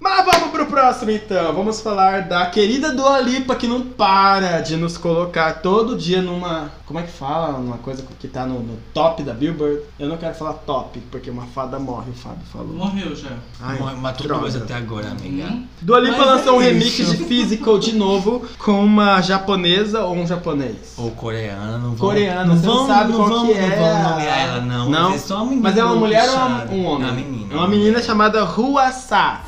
Mas vamos pro próximo então. Vamos falar da querida Dua Lipa que não para de nos colocar todo dia numa. Como é que fala? Uma coisa que tá no, no top da Billboard. Eu não quero falar top, porque uma fada morre, o Fábio falou.
Morreu já.
Ai,
Uma- Matou
droga.
duas até agora, amiga.
Dua Lipa
Mas
lançou
é
um remix
isso.
de Physical de novo com uma japonesa ou um japonês.
Ou coreana, não vão.
Coreana,
não
você não
vão,
sabe
não
qual
vão,
que
não
é
vão
a-
nomear ela, não.
Não.
Mas é só uma menina.
Mas é uma mulher ou é
puxada.
um homem?
É uma menina.
É uma menina chamada Rua Sa.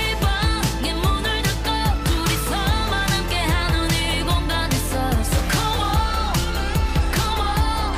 이 밤에 문을 닫고 둘이서만 함께하는 이 공간에서 So come on, come on,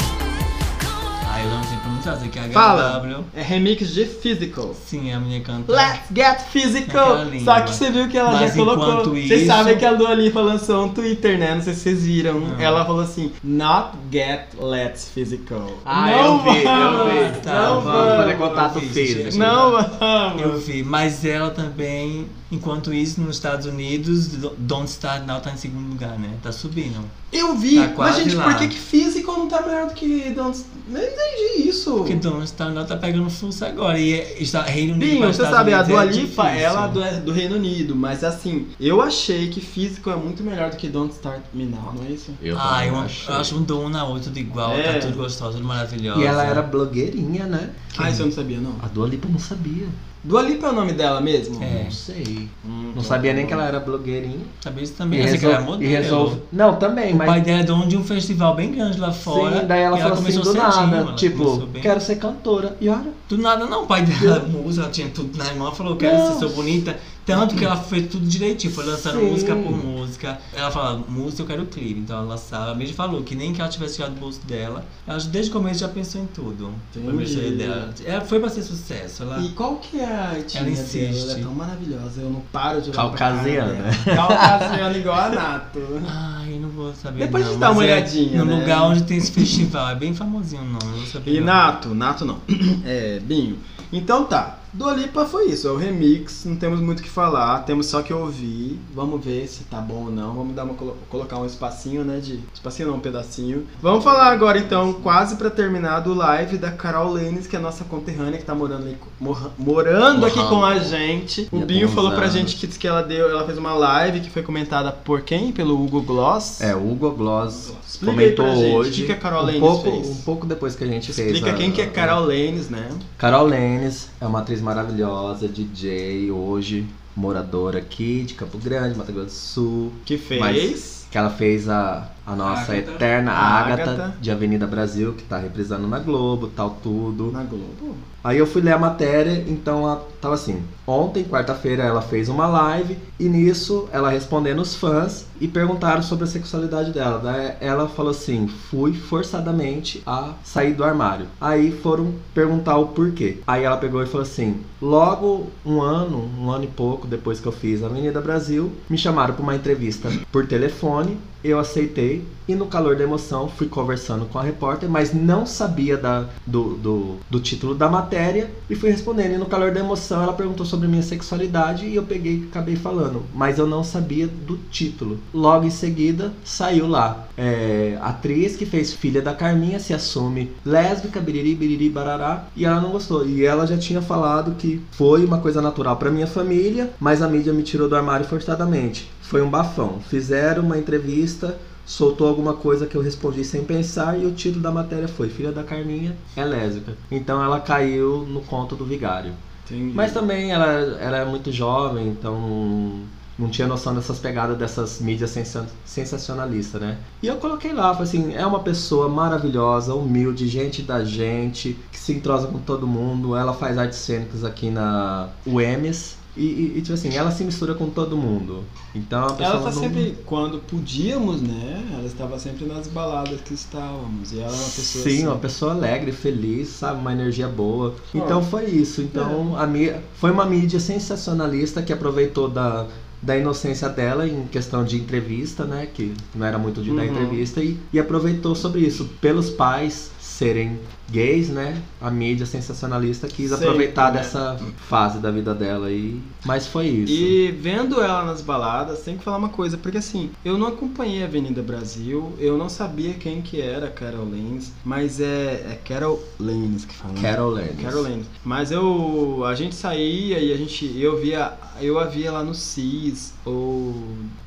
come on
Ah, eu não sei pronunciar, sei que é
Fala.
HW.
É remix de Physical.
Sim, é a menina canta.
Let's get physical!
Aquela língua.
Só que você viu que ela
Mas
já colocou.
enquanto
Vocês
isso-
sabem que a Dua Lipa lançou um Twitter, né? Não sei se vocês viram.
Não.
Ela falou assim: Not get let's physical.
Ah,
não
eu vi, eu
vamos,
vi.
Tá,
não
vamos fazer
vamos.
contato
Não,
físico.
Não vamos.
Eu vi, mas ela também, enquanto isso, nos Estados Unidos, Do- Don't Start Now tá em segundo lugar, né? Tá subindo.
Eu vi,
Tá quase
mas gente,
lá.
por que, que physical não tá melhor do que Don't. Nem entendi isso.
Porque Don't Start Now tá pegando força agora. E é- está Reino Unido.
Binho,
para
você
Estados
sabe, a
Unidos
Dua
é
Lipa,
difícil.
ela é do, do Reino Unido, mas assim, eu achei que físico é muito melhor do que Don't Start Me Now, não é isso?
Eu
Ah,
também
eu,
achei.
eu acho um dom na outra tudo igual,
É.
tá tudo gostosa, tudo maravilhosa.
E ela era blogueirinha, né?
Ah, isso eu não sabia, não.
A Dua Lipa não sabia.
Dua Lipa é o nome dela mesmo?
É,
Não sei.
Hum,
Não
tá
sabia nem
bom.
que ela era blogueirinha.
sabia isso também. Essa que ela é modelo.
e resolve- Não, também,
O
mas.
pai dela é dono de um festival bem grande lá fora.
Sim, daí ela
e
falou assim
começou
do
cedinho,
nada.
ela começou
Tipo,
bem-
quero ser cantora. E olha.
Do nada não, o pai dela era música, ela tinha tudo na mão, ela falou, quero ser, sou bonita, Tanto que ela fez tudo direitinho, foi lançando
Sim.
música por música. Ela fala, música eu quero clipe. Então ela lançava. A Mandy falou que nem que ela tivesse tirado o bolso dela. Ela já- desde o começo já pensou em tudo. Foi o
Entendi.
beijo dela. Ela foi pra ser sucesso. Ela...
E qual que é a etnia
Tá.
dela?
Ela insiste.
Ela é tão maravilhosa, eu não paro de olhar pra cara
Caucasiana.
dela. Caucasiana igual a Nato.
Ai, eu não vou saber.
Depois a
não,
gente dá
mas
uma
é
olhadinha,
No
né?
lugar onde tem esse festival. É bem famosinho o nome, eu não sabia.
E
não.
Nato, Nato não. É, Binho. Então tá. Dolipa foi isso, é o remix, não temos muito o que falar, temos só que ouvir. Vamos ver se tá bom ou não. Vamos dar uma colo- colocar um espacinho, né, de espacinho não, um pedacinho. Vamos falar agora então, quase pra terminar do live da Carol Lenis, que é a nossa conterrânea que tá morando ali, morra- morando aqui
Morrando.
com a gente. O
Já tem
Binho
uns
falou pra
anos.
gente que disse que ela deu, ela fez uma live que foi comentada por quem? Pelo Hugo Gloss.
É, o Hugo Gloss
Explica aí
comentou
pra gente, o
hoje.
que que a Carol
um
Lenz
pouco,
fez?
Um pouco depois que a gente fez.
Explica
a-
quem que é Carol Lenis, né?
Carol Lennis é uma atriz maravilhosa, DJ hoje, moradora aqui de Campo Grande, Mato Grosso do Sul.
Que fez.
Mas que ela fez a, a nossa
Ágata.
eterna
Ágata.
Ágata, de Avenida Brasil, que tá reprisando na Globo, tal tudo.
Na Globo?
Aí eu fui ler a matéria, então ela tava assim. Ontem, quarta-feira, ela fez uma live e nisso ela respondendo os fãs e perguntaram sobre a sexualidade dela. Daí ela falou assim: fui forçadamente a sair do armário. Aí foram perguntar o porquê. Aí ela pegou e falou assim: logo um ano, um ano e pouco depois que eu fiz a Avenida Brasil, me chamaram para uma entrevista por telefone. Eu aceitei e no calor da emoção fui conversando com a repórter, mas não sabia da, do, do, do título da matéria e fui respondendo. E no calor da emoção ela perguntou sobre a minha sexualidade e eu peguei e acabei falando, mas eu não sabia do título. Logo em seguida saiu lá. É, a atriz que fez filha da Carminha se assume lésbica, biriri, biriri, barará, e ela não gostou. E ela já tinha falado que foi uma coisa natural pra minha família, mas a mídia me tirou do armário forçadamente. Foi um bafão. Fizeram uma entrevista soltou alguma coisa que eu respondi sem pensar e o título da matéria foi Filha da Carminha é lésbica. Então ela caiu no conto do vigário.
Entendi.
Mas também ela era muito jovem, então não tinha noção dessas pegadas dessas mídias sensa- sensacionalistas, né? E eu coloquei lá, falei assim, é uma pessoa maravilhosa, humilde, gente da gente, que se entrosa com todo mundo, ela faz artes cênicas aqui na UEMES. E, e- e, tipo assim, ela se mistura com todo mundo. Então a pessoa
Ela tá
não-
sempre, quando podíamos, né? Ela estava sempre nas baladas que estávamos. E ela é uma pessoa.
Sim,
assim,
uma pessoa alegre, feliz, sabe? Uma energia boa. Então foi isso. Então
É.
a mi... foi uma mídia sensacionalista que aproveitou da, da inocência dela em questão de entrevista, né? Que não era muito de dar
Uhum.
entrevista. E, e aproveitou sobre isso. Pelos pais serem gays, né? A mídia sensacionalista quis
Sempre,
aproveitar
né?
dessa fase da vida dela. E... Mas foi isso.
E vendo ela nas baladas, tem que falar uma coisa, porque assim, eu não acompanhei a Avenida Brasil, eu não sabia quem que era a Carol Lenz, mas é, é Carol Lenz que fala. né?
Carol Lenz.
Carol Lenz. Mas eu. A gente saía e a gente. Eu via. Eu a via lá no CIS ou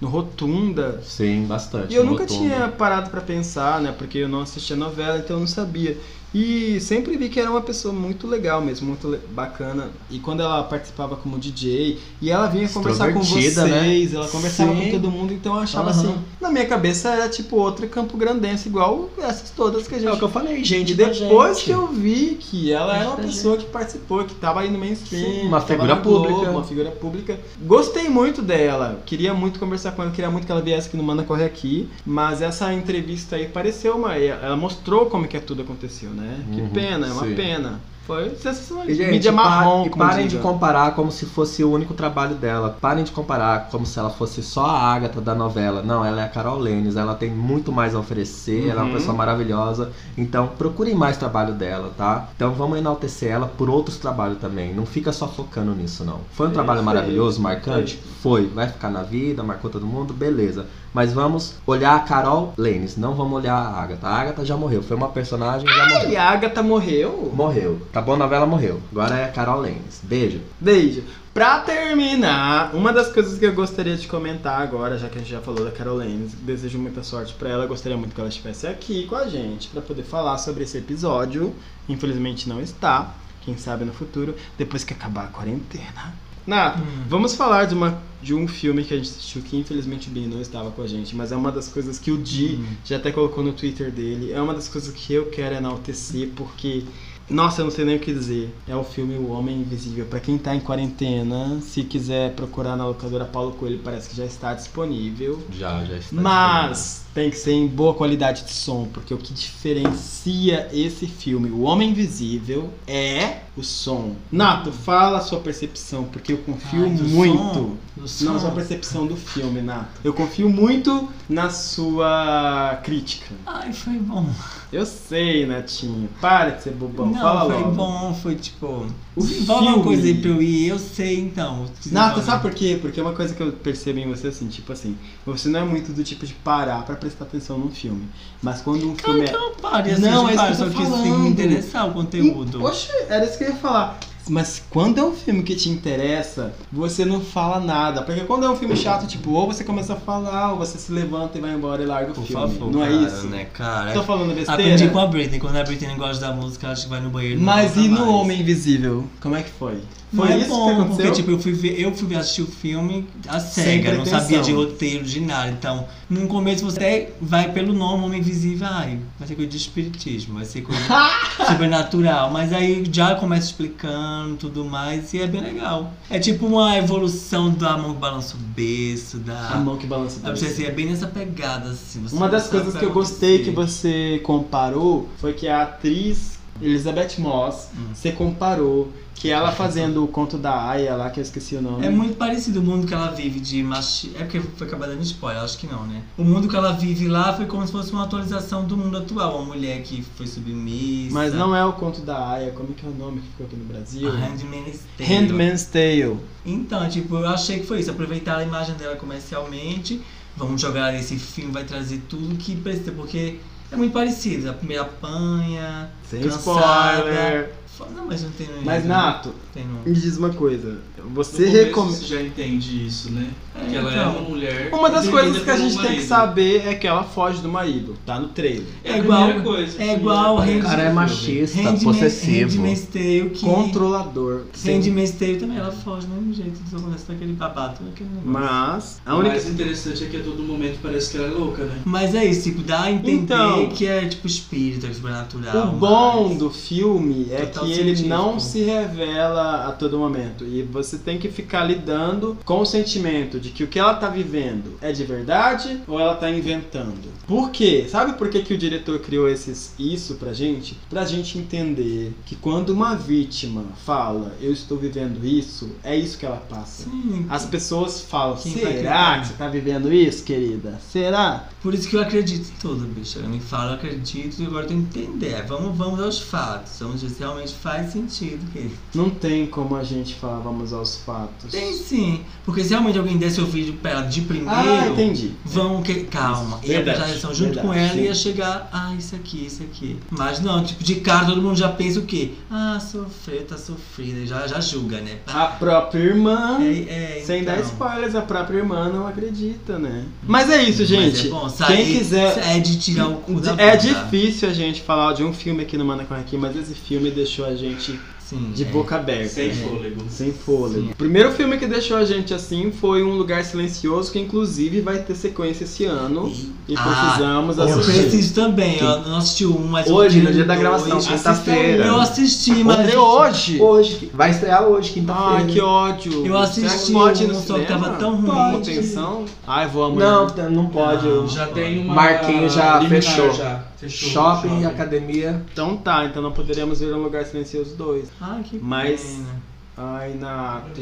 no Rotunda.
Sim, bastante.
E eu
no
nunca
outono.
tinha parado pra pensar, né? Porque eu não assistia novela, então eu não sabia. E sempre vi que era uma pessoa muito legal mesmo, muito le- bacana. E quando ela participava como DJ, e ela vinha conversar com vocês,
Extrovertida, né?
ela conversava
Sim.
com todo mundo, então eu achava
Aham.
assim, na minha cabeça era tipo outra campo grandense, igual essas todas que a
É
gente
o que eu falei, gente.
e depois
da gente.
que eu vi que ela era uma
Muita
pessoa que participou, que tava aí no mainstream,
Sim, uma
que tava
figura
na Globo,
pública.
uma figura pública. Gostei muito dela, queria muito conversar com ela, queria muito que ela viesse aqui no Manda Corre Aqui, mas essa entrevista aí pareceu uma. Ela mostrou como que é tudo aconteceu, né?
Uhum,
que pena, é uma
sim.
pena. Foi sensacional.
E, gente,
Mídia
pa-
marrom,
e
como
parem de
dizem.
comparar como se fosse o único trabalho dela. Parem de comparar como se ela fosse só a Agatha da novela. Não, ela é a Carol Lennis, ela tem muito mais a oferecer, ela é
Uhum.
uma pessoa maravilhosa. Então, procurem mais trabalho dela, tá? Então, vamos enaltecer ela por outros trabalhos também. Não fica só focando nisso, não. Foi um trabalho
Perfeito,
maravilhoso, marcante? Foi. Vai ficar na vida, marcou todo mundo, beleza. Mas vamos olhar a Carol Lennis, não vamos olhar a Agatha. A Agatha já morreu, foi uma personagem já morreu.
E a Agatha morreu?
Morreu. Tá bom, a novela morreu. Agora é a Carol Lenz. Beijo.
Beijo. Pra terminar, uma das coisas que eu gostaria de comentar agora, já que a gente já falou da Caroline, desejo muita sorte pra ela, gostaria muito que ela estivesse aqui com a gente pra poder falar sobre esse episódio. Infelizmente não está, quem sabe no futuro, depois que acabar a quarentena. Nath, vamos falar de, uma, de um filme que a gente assistiu que infelizmente o Bin não estava com a gente, mas é uma das coisas que o Di já até colocou no Twitter dele, é uma das coisas que eu quero enaltecer porque Nossa, eu não sei nem o que dizer. É o filme O Homem Invisível. Pra quem tá em quarentena, se quiser procurar na locadora Paulo Coelho, parece que já está disponível.
Já, já está.
Mas tem que ser em boa qualidade de som, porque o que diferencia esse filme, O Homem Invisível, é o som. Nato, fala a sua percepção, porque eu confio
Ai, do
muito.
som, do
Não,
som.
sua percepção do filme, Nato. Eu confio muito na sua crítica.
Ai, foi bom.
Eu sei, Natinho. Para de ser bobão.
não,
fala
foi
logo.
bom, foi tipo.
O
Desenvolve uma
filme.
coisa aí pra eu ir, eu sei então.
Nata, sabe por quê? Porque uma coisa que eu percebo em você, assim, tipo assim, você não é muito do tipo de parar pra prestar atenção num filme. Mas quando um
Claro
filme
que
é.
eu não paro, assim,
Não,
não,
é
eu
isso
paro,
que
só
eu tô
que tem que
falando.
me interessar o conteoxe, conteúdo.
Oxe, era isso que eu ia falar. Mas quando é um filme que te interessa, você não fala nada. Porque quando é um filme chato, tipo, ou você começa a falar, ou você se levanta e vai embora e larga o
Por
filme.
favor,
não é
cara,
isso?
né, cara?
Tô falando
Aprendi com
besteira.
a Britney. Quando a Britney não gosta da música, ela acha que vai no banheiro. não
Mas
volta
e no
mais.
Homem Invisível? Como é que foi?
Não
Foi
é
isso
bom,
que aconteceu?
porque tipo, eu fui ver, eu fui ver assistir o filme a
Sem
cega, não
pretensão.
sabia de roteiro, de nada. Então, no começo você até vai pelo nome Homem Invisível, ai, vai ser coisa de espiritismo, vai ser coisa sobrenatural. Mas aí já começa explicando tudo mais e é bem legal. É tipo uma evolução da mão que balança o berço, da.
A mão que balança o
Sabe,
berço.
assim, é bem nessa pegada, assim. você
Uma das
sabe
coisas
o
que eu
vai
gostei que
acontecer.
você comparou foi que a atriz Elizabeth Moss,
Hum.
você comparou que ela fazendo o conto da Aya lá, que eu esqueci o nome.
É muito parecido o mundo que ela vive de machismo. É porque foi acabar dando spoiler, acho que não, né? O mundo que ela vive lá foi como se fosse uma atualização do mundo atual. Uma mulher que foi submissa.
Mas não é o conto da Aya, como é que é o nome que ficou aqui no Brasil?
A Handmaid's Tale.
Handman's Tale.
Então, tipo, eu achei que foi isso. Aproveitar a imagem dela comercialmente. Vamos jogar nesse filme, vai trazer tudo que precisa, porque é muito parecido. A primeira apanha,
Sem
cansada.
spoiler.
Fa- Não, mas não tem no-
Mas, Nato,
tem no-
Me diz uma coisa,
No
você
começo
recomenda.
Você já entende isso, né?
É,
que ela
então.
é uma mulher.
Uma das coisas
dependida
que a
pelo
gente tem que
um marido.
saber é que ela foge do marido, tá no trailer.
É,
É
a
igual-
primeira coisa.
é igual
Primeira
Hand-
coisa.
cara é
tá
machista,
Handmaid-
possessivo.
Handmaid's Tale que...
Controlador.
Sem é de Tale também, ela foge né, do mesmo jeito, só acontece daquele babado, né, aquele negócio.
Mas a
O
única.
mais interessante é que a todo momento parece que ela é louca, né?
Mas é isso, tipo, dá a entender
Então.
que é tipo espírito, é sobrenatural.
O bom
mas-
do filme é
Total
que ele
científico.
não se revela a todo momento. E você tem que ficar lidando com o sentimento de que o que ela tá vivendo é de verdade ou ela tá inventando. Por quê? Sabe por que, que o diretor criou esses, isso pra gente? Pra gente entender que quando uma vítima fala eu estou vivendo isso, é isso que ela passa.
Sim,
As pessoas falam,
Quem vai
será
acreditar?"
que você tá vivendo isso, querida? Será?
Por isso que eu acredito em tudo, bicho. Ela me fala, eu acredito e agora eu tenho que entender. Vamos, vamos aos fatos. Vamos ver se realmente faz sentido. Que...
Não tem como a gente falar vamos aos fatos.
Tem sim. Porque se realmente alguém desse o vídeo pra ela de primeiro,
Ah, entendi.
vão que. Calma,
Isso,
eu
verdade,
prestar atenção junto
verdade,
com ela
sim.
e ia chegar, ah, isso aqui, isso aqui. Mas não, tipo, de cara todo mundo já pensa o quê? Ah, sofrer, tá sofrida, e já, já julga, né?
A própria irmã.
É, é,
Sem
então.
dar spoilers, a própria irmã não acredita, né? Mas é isso, gente.
Mas é bom, sair-
Quem quiser.
É de tirar o cu da
É
bunda.
difícil a gente falar de um filme aqui no Manacor aqui, mas esse filme deixou a gente
Sim,
de
é.
boca aberta.
Sem
né?
fôlego.
Sem fôlego. O primeiro filme que deixou a gente assim foi Um Lugar Silencioso, que inclusive vai ter sequência esse ano. E
Ah,
precisamos
Eu
assistir.
preciso também, eu não assisti um, mas eu
Hoje,
vi
no dia da
dois. um,
gravação, quinta-feira.
Eu assisti, mas.
Mas é hoje!
Hoje, vai estrear hoje, quinta-feira.
Ai, Ah, que ódio!
Eu assisti
Será que pode ir no
um, só que
cinema?
tava tão ruim.
Pode. Atenção. Ai, vou amor.
Não, não pode.
Não,
Já tem uma.
Marquinhos já
liminar
fechou.
já. Fechou.
Shopping, academia.
Então tá, então não poderíamos ver um lugar silencioso 2.
Ah, que
Mas-
pena.
Ai, Nato,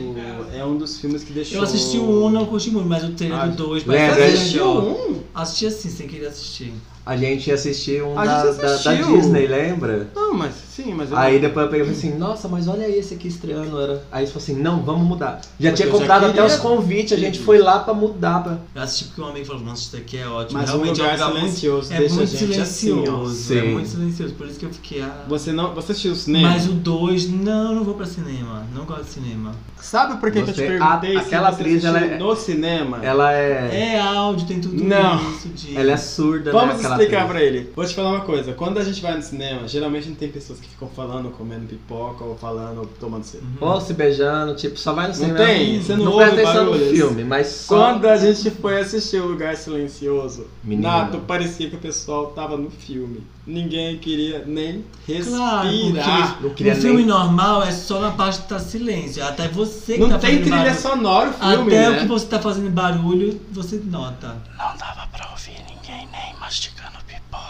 é um dos filmes que deixou.
Eu assisti o 1, não curti muito, mas o
Ah,
trailer do 2
lembra?
parece
Você
Você
assistiu
melhor.
um?
Assisti assim, sem querer assistir.
A gente ia assistir um
A
da,
gente
da- da
assistiu.
Disney, lembra?
Não, mas sim, mas eu.
Aí depois eu peguei e falei assim, nossa, mas olha aí esse aqui estreando. Era... Aí eles falaram assim, não, vamos mudar. Já
Porque
tinha
eu já
comprado até
queria.
os convites, a gente foi lá pra mudar. Pra...
Eu assisti porque um amigo falou, nossa, isso daqui é ótimo.
Mas um
Realmente é um
lugar
lugar muito
silencioso
É
deixa
muito
a gente
silencioso,
assim, ó.
é
Sim.
muito silencioso, por isso que eu fiquei. Ah,
assim, ó. Você, não, você assistiu o cinema?
mas o 2, não, não vou pra cinema. Não gosto de cinema.
Sabe por que, que eu te
Você-
perguntei
a-
se
aquela
você
atriz, ela
assistiu
é-
no cinema?
Ela é...
É áudio, tem tudo
Não.
isso de.
Ela é surda,
Vamos
né? Aquela falar
explicar
tudo.
pra ele. Vou te falar uma coisa. Quando a gente vai no cinema, geralmente não tem pessoas que ficam falando, comendo pipoca, ou falando, ou tomando cerveja.
Ou se beijando, tipo, só vai no
Não
cinema.
tem, você não,
não
ouve
presta atenção no
barulhos.
filme, mas só.
Quando a gente foi assistir o Lugar Silencioso,
Menino.
Nato, parecia que o pessoal tava no filme. Ninguém queria nem
Claro,
respirar.
Não
porque
queria
o filme
nem-
normal é só na parte que tá silêncio. Até você que
Não
tá
tem
fazendo
trilha
barulho.
sonora o filme, né?
Até o que você tá fazendo barulho, você nota.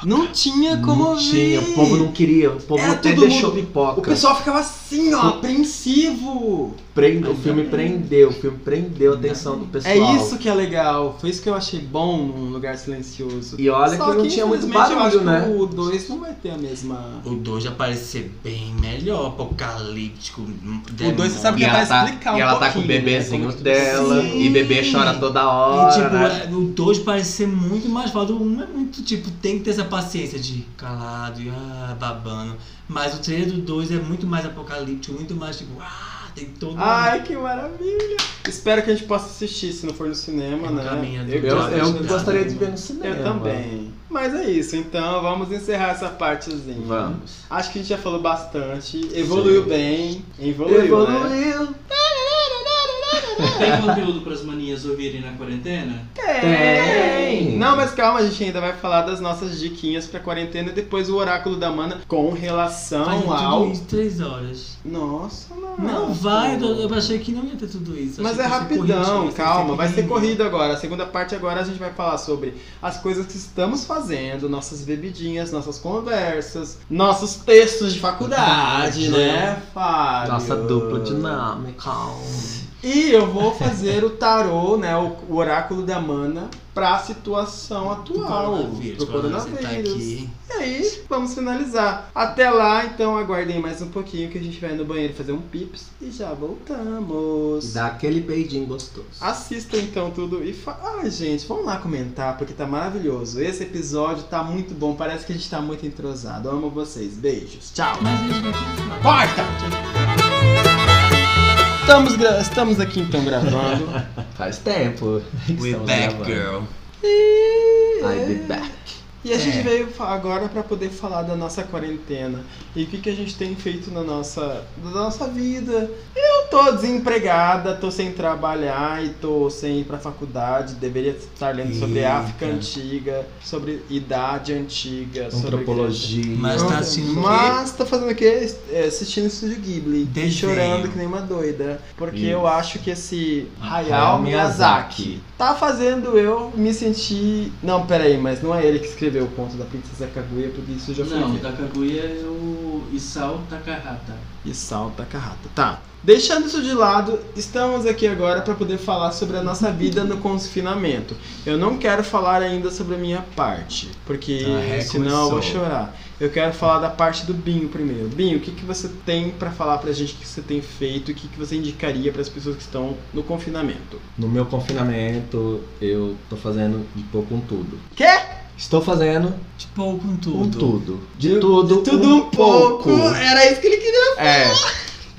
Não tinha como
Não
ouvir.
tinha, o povo não queria, o povo
Era
até
todo
deixou
mundo-
pipoca.
O pessoal ficava assim, ó,
O-
apreensivo.
Prende- o filme prendeu, o filme prendeu a atenção do pessoal.
É isso que é legal. Foi isso que eu achei bom num lugar silencioso.
E olha
Só
que não tinha muito
infelizmente, eu acho
barulho,
que
né?
O 2 não vai ter a mesma.
O 2 já parece ser bem melhor, apocalíptico.
O dois você sabe
E
que vai
ela, tá,
explicar um
e ela tá com o
pouquinho, né,
bebezinho
como-
dela,
Sim.
e bebê chora toda hora.
E, tipo,
né?
é, o 2 parece ser muito mais foda. O 1 um é muito, tipo, tem que ter essa paciência de calado e ah, babando. Mas o trailer do 2 é muito mais apocalíptico, muito mais, tipo, ah, tem todo
Ai, que maravilha! Espero que a gente possa assistir, se não for no cinema,
É um
né?
caminho, né?
Eu, eu
gostaria-
gostaria de ver no cinema.
Eu também. Mas é isso, então vamos encerrar essa partezinha.
Vamos.
Acho que a gente já falou bastante. Evoluiu
Sim.
bem. Evoluiu, né?
Evoluiu.
Tem um conteúdo para as manias ouvirem na quarentena?
Tem.
Não, mas calma, a gente ainda vai falar das nossas diquinhas pra quarentena e depois o oráculo da mana com relação
Faz
ao.
tudo isso 3 horas.
Nossa, não.
Não vai, eu, eu achei que não ia ter tudo isso.
Mas é
Achei que ia ser
rapidão,
corrido,
calma, vai ser
pequenininho.
corrido agora. A segunda parte agora a gente vai falar sobre as coisas que estamos fazendo, nossas bebidinhas, nossas conversas, nossos textos de faculdade,
Verdade.
né, Fábio?
Nossa dupla dinâmica.
E eu vou fazer o tarô, né, o, o oráculo da mana pra situação
Do
atual
coronavírus,
do coronavírus.
Você tá aqui.
E aí, vamos finalizar. Até lá, então aguardem mais um pouquinho que a gente vai no banheiro fazer um pips e já voltamos.
Dá aquele beijinho gostoso.
Assista então tudo e fa... Ah, gente, vamos lá comentar, porque tá maravilhoso. Esse episódio tá muito bom, parece que a gente tá muito entrosado. Eu amo vocês. Beijos, tchau.
Mas a gente vai continuar.
Corta! Estamos, gra- Estamos aqui então gravando.
Faz tempo. que
We
estamos
back,
gravando.
girl.
I'll be back.
E a gente
É.
veio fa- agora pra poder falar da nossa quarentena e o que, que a gente tem feito na nossa, da nossa vida. Eu tô desempregada, tô sem trabalhar e tô sem ir pra faculdade. Deveria estar lendo sobre
Eita.
África antiga, sobre idade antiga, sobre.
Antropologia.
Mas tá assistindo o quê?
Mas tá fazendo o quê? É, assistindo o Estúdio Ghibli.
Desenho.
Chorando que nem uma doida. Porque
Isso.
eu acho que esse Hayao
Hayao
Miyazaki
Miyazaki.
tá fazendo eu me sentir. Não, peraí, mas não é ele que escreveu o conto da Princesa Kaguya, porque isso eu já foi.
Não, o da Kaguya é o Isao Takahata.
E salta a carrata. Tá. Deixando isso de lado, estamos aqui agora para poder falar sobre a nossa vida no confinamento. Eu não quero falar ainda sobre a minha parte, porque
Ah, é,
senão eu vou
começou.
chorar. Eu quero falar da parte do Binho primeiro. Binho, o que, que você tem para falar pra gente que você tem feito e o que, que você indicaria para as pessoas que estão no confinamento?
No meu confinamento, eu tô fazendo de pouco com tudo.
Quê?
Estou fazendo
De tipo, pouco com
um
tudo.
tudo. De tudo,
De tudo um pouco. Era isso que ele queria.
É.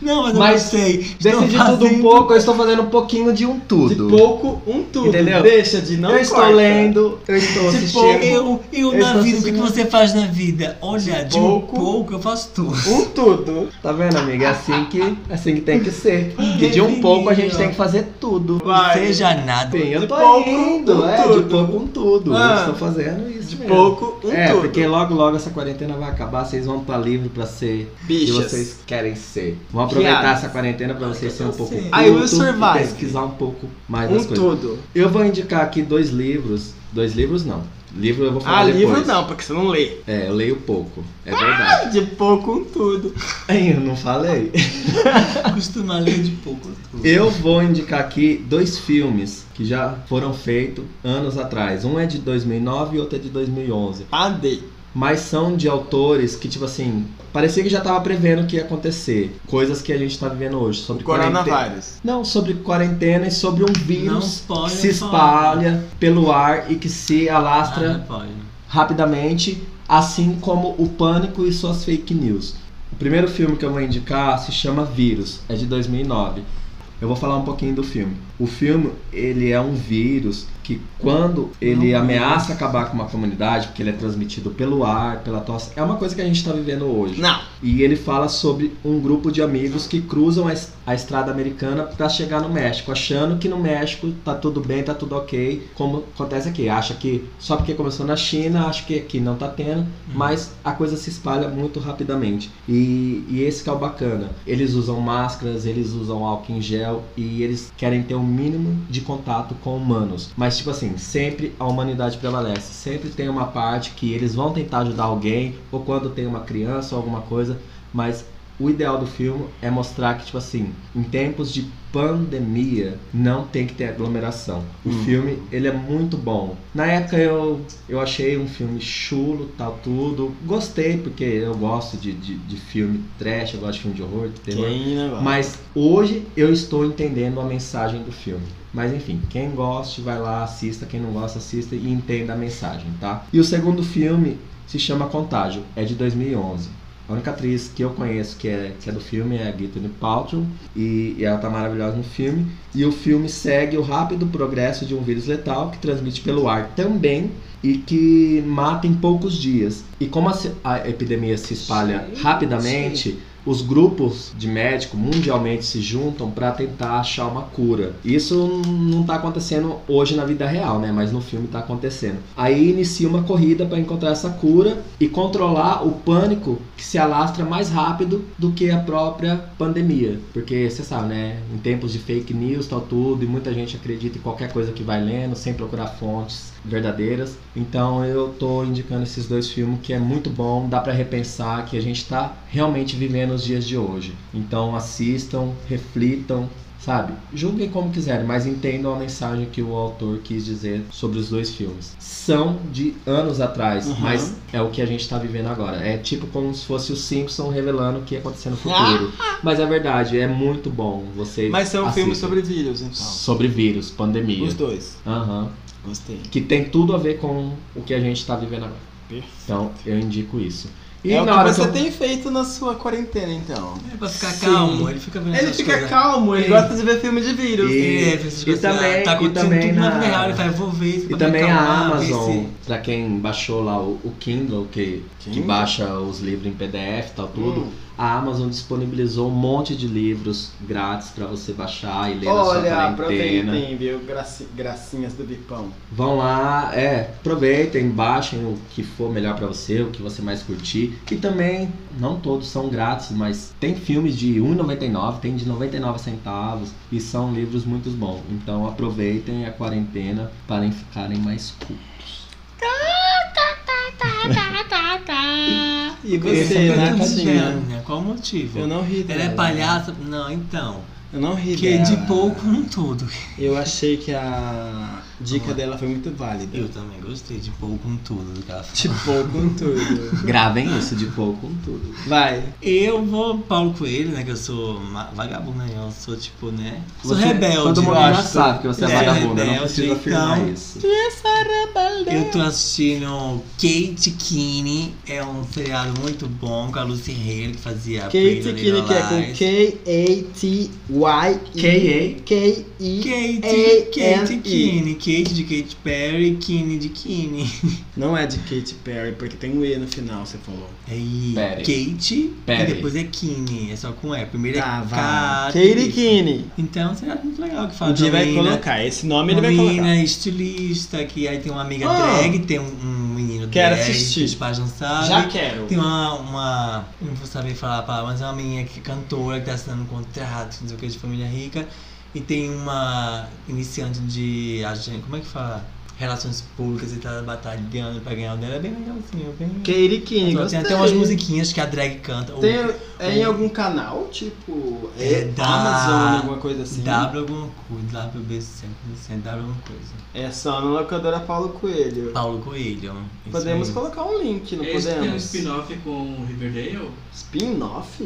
Não, mas eu
Mas
gostei.
Desse
Estou
de tudo um
fazendo-
pouco, eu estou fazendo um pouquinho de um tudo.
De pouco, um tudo.
Entendeu?
Deixa de não
eu estou
corta.
lendo, eu estou
De
assistindo.
pouco.
Tipo, Eu, eu
Eu
na
estou
vida, o que, é que
assistindo.
você faz na vida? Olha,
De
de, um
pouco.
pouco. eu faço tudo.
Um tudo.
Tá vendo, amiga? É assim que, é assim que tem que ser. Que de um pouco a gente tem que fazer tudo.
Vai.
Seja nada.
Bem,
De
eu tô
pouco
indo,
um
é,
tudo.
de pouco um tudo.
Ah.
Eu estou fazendo isso.
De
mesmo.
pouco, um
é,
tudo.
porque logo logo essa quarentena vai acabar, vocês vão estar livres pra ser o que
Bichas.
vocês querem ser. Vão aproveitar
Viadas.
essa quarentena pra vocês serem um pouco
I
culto
will survive.
e pesquisar um pouco mais das
Um
coisas.
tudo.
Eu vou indicar aqui dois livros. Dois livros não. Livro eu vou falar
Ah,
depois.
livro não, porque você não lê.
É, eu leio pouco. É verdade.
De pouco, um tudo.
Eu não falei.
Costuma ler de pouco tudo.
Eu vou indicar aqui dois filmes que já foram feitos anos atrás. Um é de 2009 e outro é de 2011.
Adei.
mas são de autores que, tipo assim, parecia que já tava prevendo o que ia acontecer. Coisas que a gente tá vivendo hoje. Sobre quarentena.
Coronavírus.
Não, sobre quarentena e sobre um
Não
vírus que
pode
se
falar.
espalha pelo ar e que se
Ah,
alastra
não pode.
rapidamente, assim como o pânico e suas fake news. O primeiro filme que eu vou indicar se chama Vírus, é de 2009. Eu vou falar um pouquinho do filme. O filme, ele é um vírus que quando ele ameaça acabar com uma comunidade, porque ele é transmitido pelo ar, pela tosse, é uma coisa que a gente está vivendo hoje.
Não.
E ele fala sobre um grupo de amigos que cruzam a, es- a estrada americana para chegar no México, achando que no México tá tudo bem, tá tudo ok, como acontece aqui. Acha que só porque começou na China, acha que aqui não tá tendo, mas a coisa se espalha muito rapidamente. E, e esse que é o bacana. Eles usam máscaras, eles usam álcool em gel e eles querem ter o mínimo de contato com humanos. Mas, tipo assim, sempre a humanidade prevalece. Sempre tem uma parte que eles vão tentar ajudar alguém, ou quando tem uma criança ou alguma coisa, mas. O ideal do filme é mostrar que, tipo assim, em tempos de pandemia, não tem que ter aglomeração. O
Hum.
filme, ele é muito bom. Na época eu, eu achei um filme chulo, tal, tudo. Gostei, porque eu gosto de, de, de filme trash, eu gosto de filme de horror, de terror.
Quem não gosta?
Mas hoje eu estou entendendo a mensagem do filme. Mas enfim, quem goste, vai lá, assista. Quem não gosta, assista e entenda a mensagem, tá? E o segundo filme se chama Contágio, é de 2011. A única atriz que eu conheço que é, que é do filme é a Gwyneth Paltrow e, e ela tá maravilhosa no filme. E o filme segue o rápido progresso de um vírus letal que transmite pelo ar também e que mata em poucos dias. E como a, se- a epidemia se espalha rapidamente, os grupos de médico mundialmente se juntam para tentar achar uma cura. Isso não está acontecendo hoje na vida real, né? Mas no filme está acontecendo. Aí inicia uma corrida para encontrar essa cura e controlar o pânico que se alastra mais rápido do que a própria pandemia. Porque você sabe, né? Em tempos de fake news, tal tudo, e muita gente acredita em qualquer coisa que vai lendo, sem procurar fontes verdadeiras. Então eu tô indicando esses dois filmes que é muito bom, dá para repensar que a gente tá realmente vivendo os dias de hoje. Então assistam, reflitam, sabe? Julguem como quiserem, mas entendam a mensagem que o autor quis dizer sobre os dois filmes. São de anos atrás,
Uhum.
mas é o que a gente tá vivendo agora. É tipo como se fosse o Simpson revelando o que ia acontecer
Ah!
no futuro. mas é verdade, é muito bom. Vocês
Mas são
assistam.
filmes sobre vírus, então.
sobre vírus, pandemia.
Os dois.
Aham.
Gostei.
Que tem tudo a ver com o que a gente tá vivendo agora.
Perfeito.
Então, eu indico isso. E
é o
na hora
que
que
você
eu-
tem feito na sua quarentena, então.
É pra ficar
Sim.
calmo, ele fica vendo
Ele
essas
fica
coisas.
calmo, ele
Sim.
gosta de ver filme de Hum. vírus.
E-
É, essas
e
coisas,
também-
ah, tá
e
acontecendo
também
tudo na
na-
vida real, ele fala, eu vou ver isso
E
pra me
também a
acalmar, ver
Amazon,
se-
pra quem baixou lá o, o Kindle, que, que
Kindle?
baixa os livros em PDF e tal, tudo,
Hum.
a Amazon disponibilizou um monte de livros grátis pra você baixar e ler
Olha,
na sua quarentena.
aproveitem, viu? Graci- gracinhas do Bipão.
Vão lá, é, aproveitem, baixem o que for melhor pra você, o que você mais curtir. E também, não todos são grátis, mas tem filmes de R$1,99, tem de 99 centavos e são livros muito bons. Então aproveitem a quarentena para ficarem mais cultos.
E
Esse
você,
é
né,
tanto de
Catinha?
Jana, Qual o motivo?
Eu não ri dela.
Ela é palhaça? Não, então.
Eu não ri
Que
dela.
de pouco não tudo.
Eu achei que a dica dela foi muito válida.
Eu também gostei de pouco não tudo do que ela falou.
De pouco com tudo.
Gravem isso de pouco com tudo.
Vai.
Eu vou Paulo Coelho, né? Que eu sou ma- vagabundo, né? Eu sou tipo, né? Sou
Você-
rebelde.
Todo mundo
eu
já
acho.
sabe que você é,
Eu sou
vagabunda, não
rebelde,
precisa afirmar
então,
isso.
Eu tô assistindo Kate Kinney, é um seriado muito bom com a Lucy Hale, que fazia Pretty
Kate
Little
Kinney, que é com
Lies.
K-A-T-Y-E. K-I.
Kate,
A-N-E.
Kate Kinney, Kate de Kate Perry, Kinney de Kinney.
Não é de Katy Perry, porque tem um E no final, você falou.
Aí,
Perry.
É Kate
Perry.
e depois é Kinney, é só com E. Primeiro é
Tá, vai.
Kate.
Katie Kinney.
Então, um seriado muito legal que fala né?
Um
de
dia
uma
vai
menina,
colocar. Esse nome
uma
ele vai colocar.
menina estilista, que aí tem uma amiga
Ah.
drag, tem um, um menino
Quero
drag,
assistir.
que os pais não sabem.
Já quero.
Tem uma, uma. eu Não vou saber falar a palavra, mas é uma menina que é cantora, que tá assinando um contrato, não sei o que, de família rica. E tem uma iniciante de. agen- Como é que fala? Relações públicas e tá batalhando pra ganhar o dela. É bem legalzinho, bem legal.
Katie Kinney,
Tem
gostei.
até umas musiquinhas que a drag canta. ou
Tem, é em
o-
algum canal, tipo, é,
É da-
Amazon, alguma coisa assim?
W alguma coisa, WBC, não sei, W alguma coisa.
É só na locadora Paulo Coelho.
Paulo Coelho. Ah, isso
podemos
aí.
colocar um link, não
Esse tem um
podemos?
spin-off com o Riverdale?
Spin-off?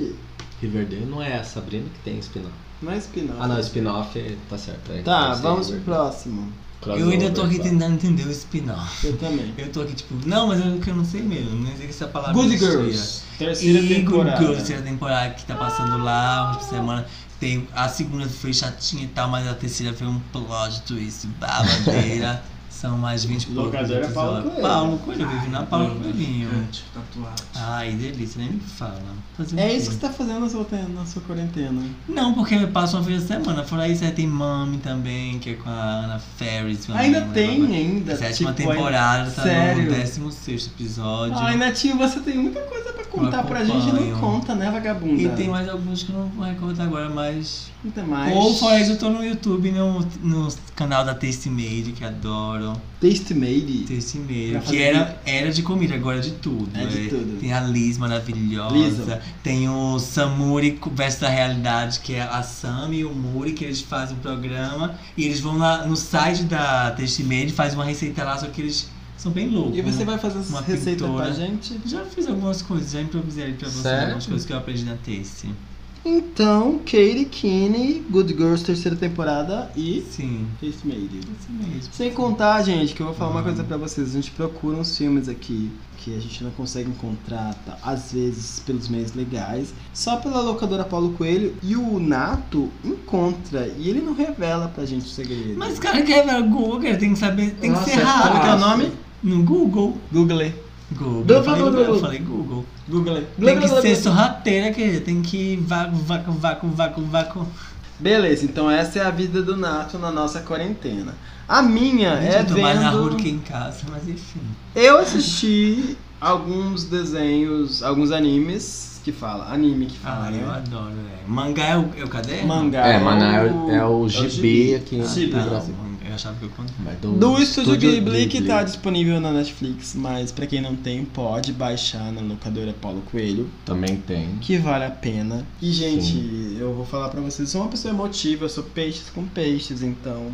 Riverdale não é a Sabrina que tem spin-off.
Não é spin-off.
Ah não, spin-off é- tá certo. é-
Tá,
é
vamos pro
Riverdale.
próximo.
Eu ainda tô
tá.
aqui
Crossover,
tentando entender o spin-off.
Eu também.
Eu tô aqui tipo, não, mas eu, que eu não sei mesmo, não sei se a palavra
Good
existia.
Girls. Terceira
E Good é.
temporada.
Girls, terceira temporada que tá passando lá, uma semana. Tem, a segunda foi chatinha e tal, mas a terceira foi um plot twist, babadeira. São mais 20 e poucos
Locadora é Paulo
episódios.
Coelho.
Paulo Coelho, eu vivo na Paulo
Bruno
né?
Coelhinho.
Gigante, é, tipo, tatuado.
Ai, delícia, nem me fala. Fazer o
É
quê?
isso que você tá fazendo na sua, te- na sua quarentena.
Não, porque eu passo uma vez a semana. Fora isso, aí tem Mami também, que é com a Ana Ferris. minha
ainda
mãe,
tem,
babá.
ainda.
é Sétima
tipo,
temporada, tá
Sério?
no 16 episódio.
Ai, Netinho, você tem muita coisa pra contar pra gente e não
acompanho.
conta, né, vagabunda?
e tem mais alguns que eu não vou recordar agora, mas.
Muita mais.
Ou fora isso, eu tô no YouTube, no, no canal da Taste Made, que adoro.
Taste Made.
Taste Made,
Pra
que
fazer
era, era de comida, agora é de tudo.
É de tudo.
Tem a Liz maravilhosa.
Lisa.
Tem o Samuri versus da realidade, que é a Sami e o Muri, que eles fazem um programa. E eles vão lá no site da Taste Made, fazem uma receita lá, só que eles são bem loucos.
E você
né?
vai fazer essa
Uma
receita pra
pintora.
gente?
Já fiz algumas coisas, já improvisei ali pra vocês
Sério?
algumas coisas que eu aprendi na Taste.
Então, Katie Kinney, Good Girls, terceira temporada e
Sim,
Taste Made.
isso mesmo.
Sem contar, gente, que eu vou falar uma coisa pra vocês. A gente procura uns filmes aqui que a gente não consegue encontrar, tá? às vezes, pelos meios legais. Só pela locadora Paulo Coelho. E o Nato encontra. E ele não revela pra gente o segredo.
Mas o cara quer ver o Google, cara, tem que saber, tem
Nossa,
que ser
é
Como
rápido.
que é o nome?
No Google.
Google.
Google.
Blá, blá,
Eu falei,
blá, blá,
eu
blá.
falei Google.
Google.
Tem que ser sorrateira, querida. Tem que ir vácuo, vácuo, vácuo, vácuo, vácuo.
Beleza, então essa é a vida do Nato na nossa quarentena. A minha é
eu tô mais na rua do
vendo...
que em casa, mas enfim.
Eu assisti alguns desenhos, alguns animes que fala, anime que fala,
Ah,
né?
eu adoro, é. Mangá é o, é o caderno?
Mangá.
É, mano, é o, é o GB aqui
Ah,
no
tá.
Brasil.
Eu achava que eu contava.
Mas
Do Estúdio Ghibli, que tá
Ghibli.
disponível na Netflix, mas pra quem não tem, pode baixar na locadora Paulo Coelho,
Também tem.
que vale a pena. E, gente, eu vou falar pra vocês, eu sou uma pessoa emotiva, eu sou peixes com peixes, então...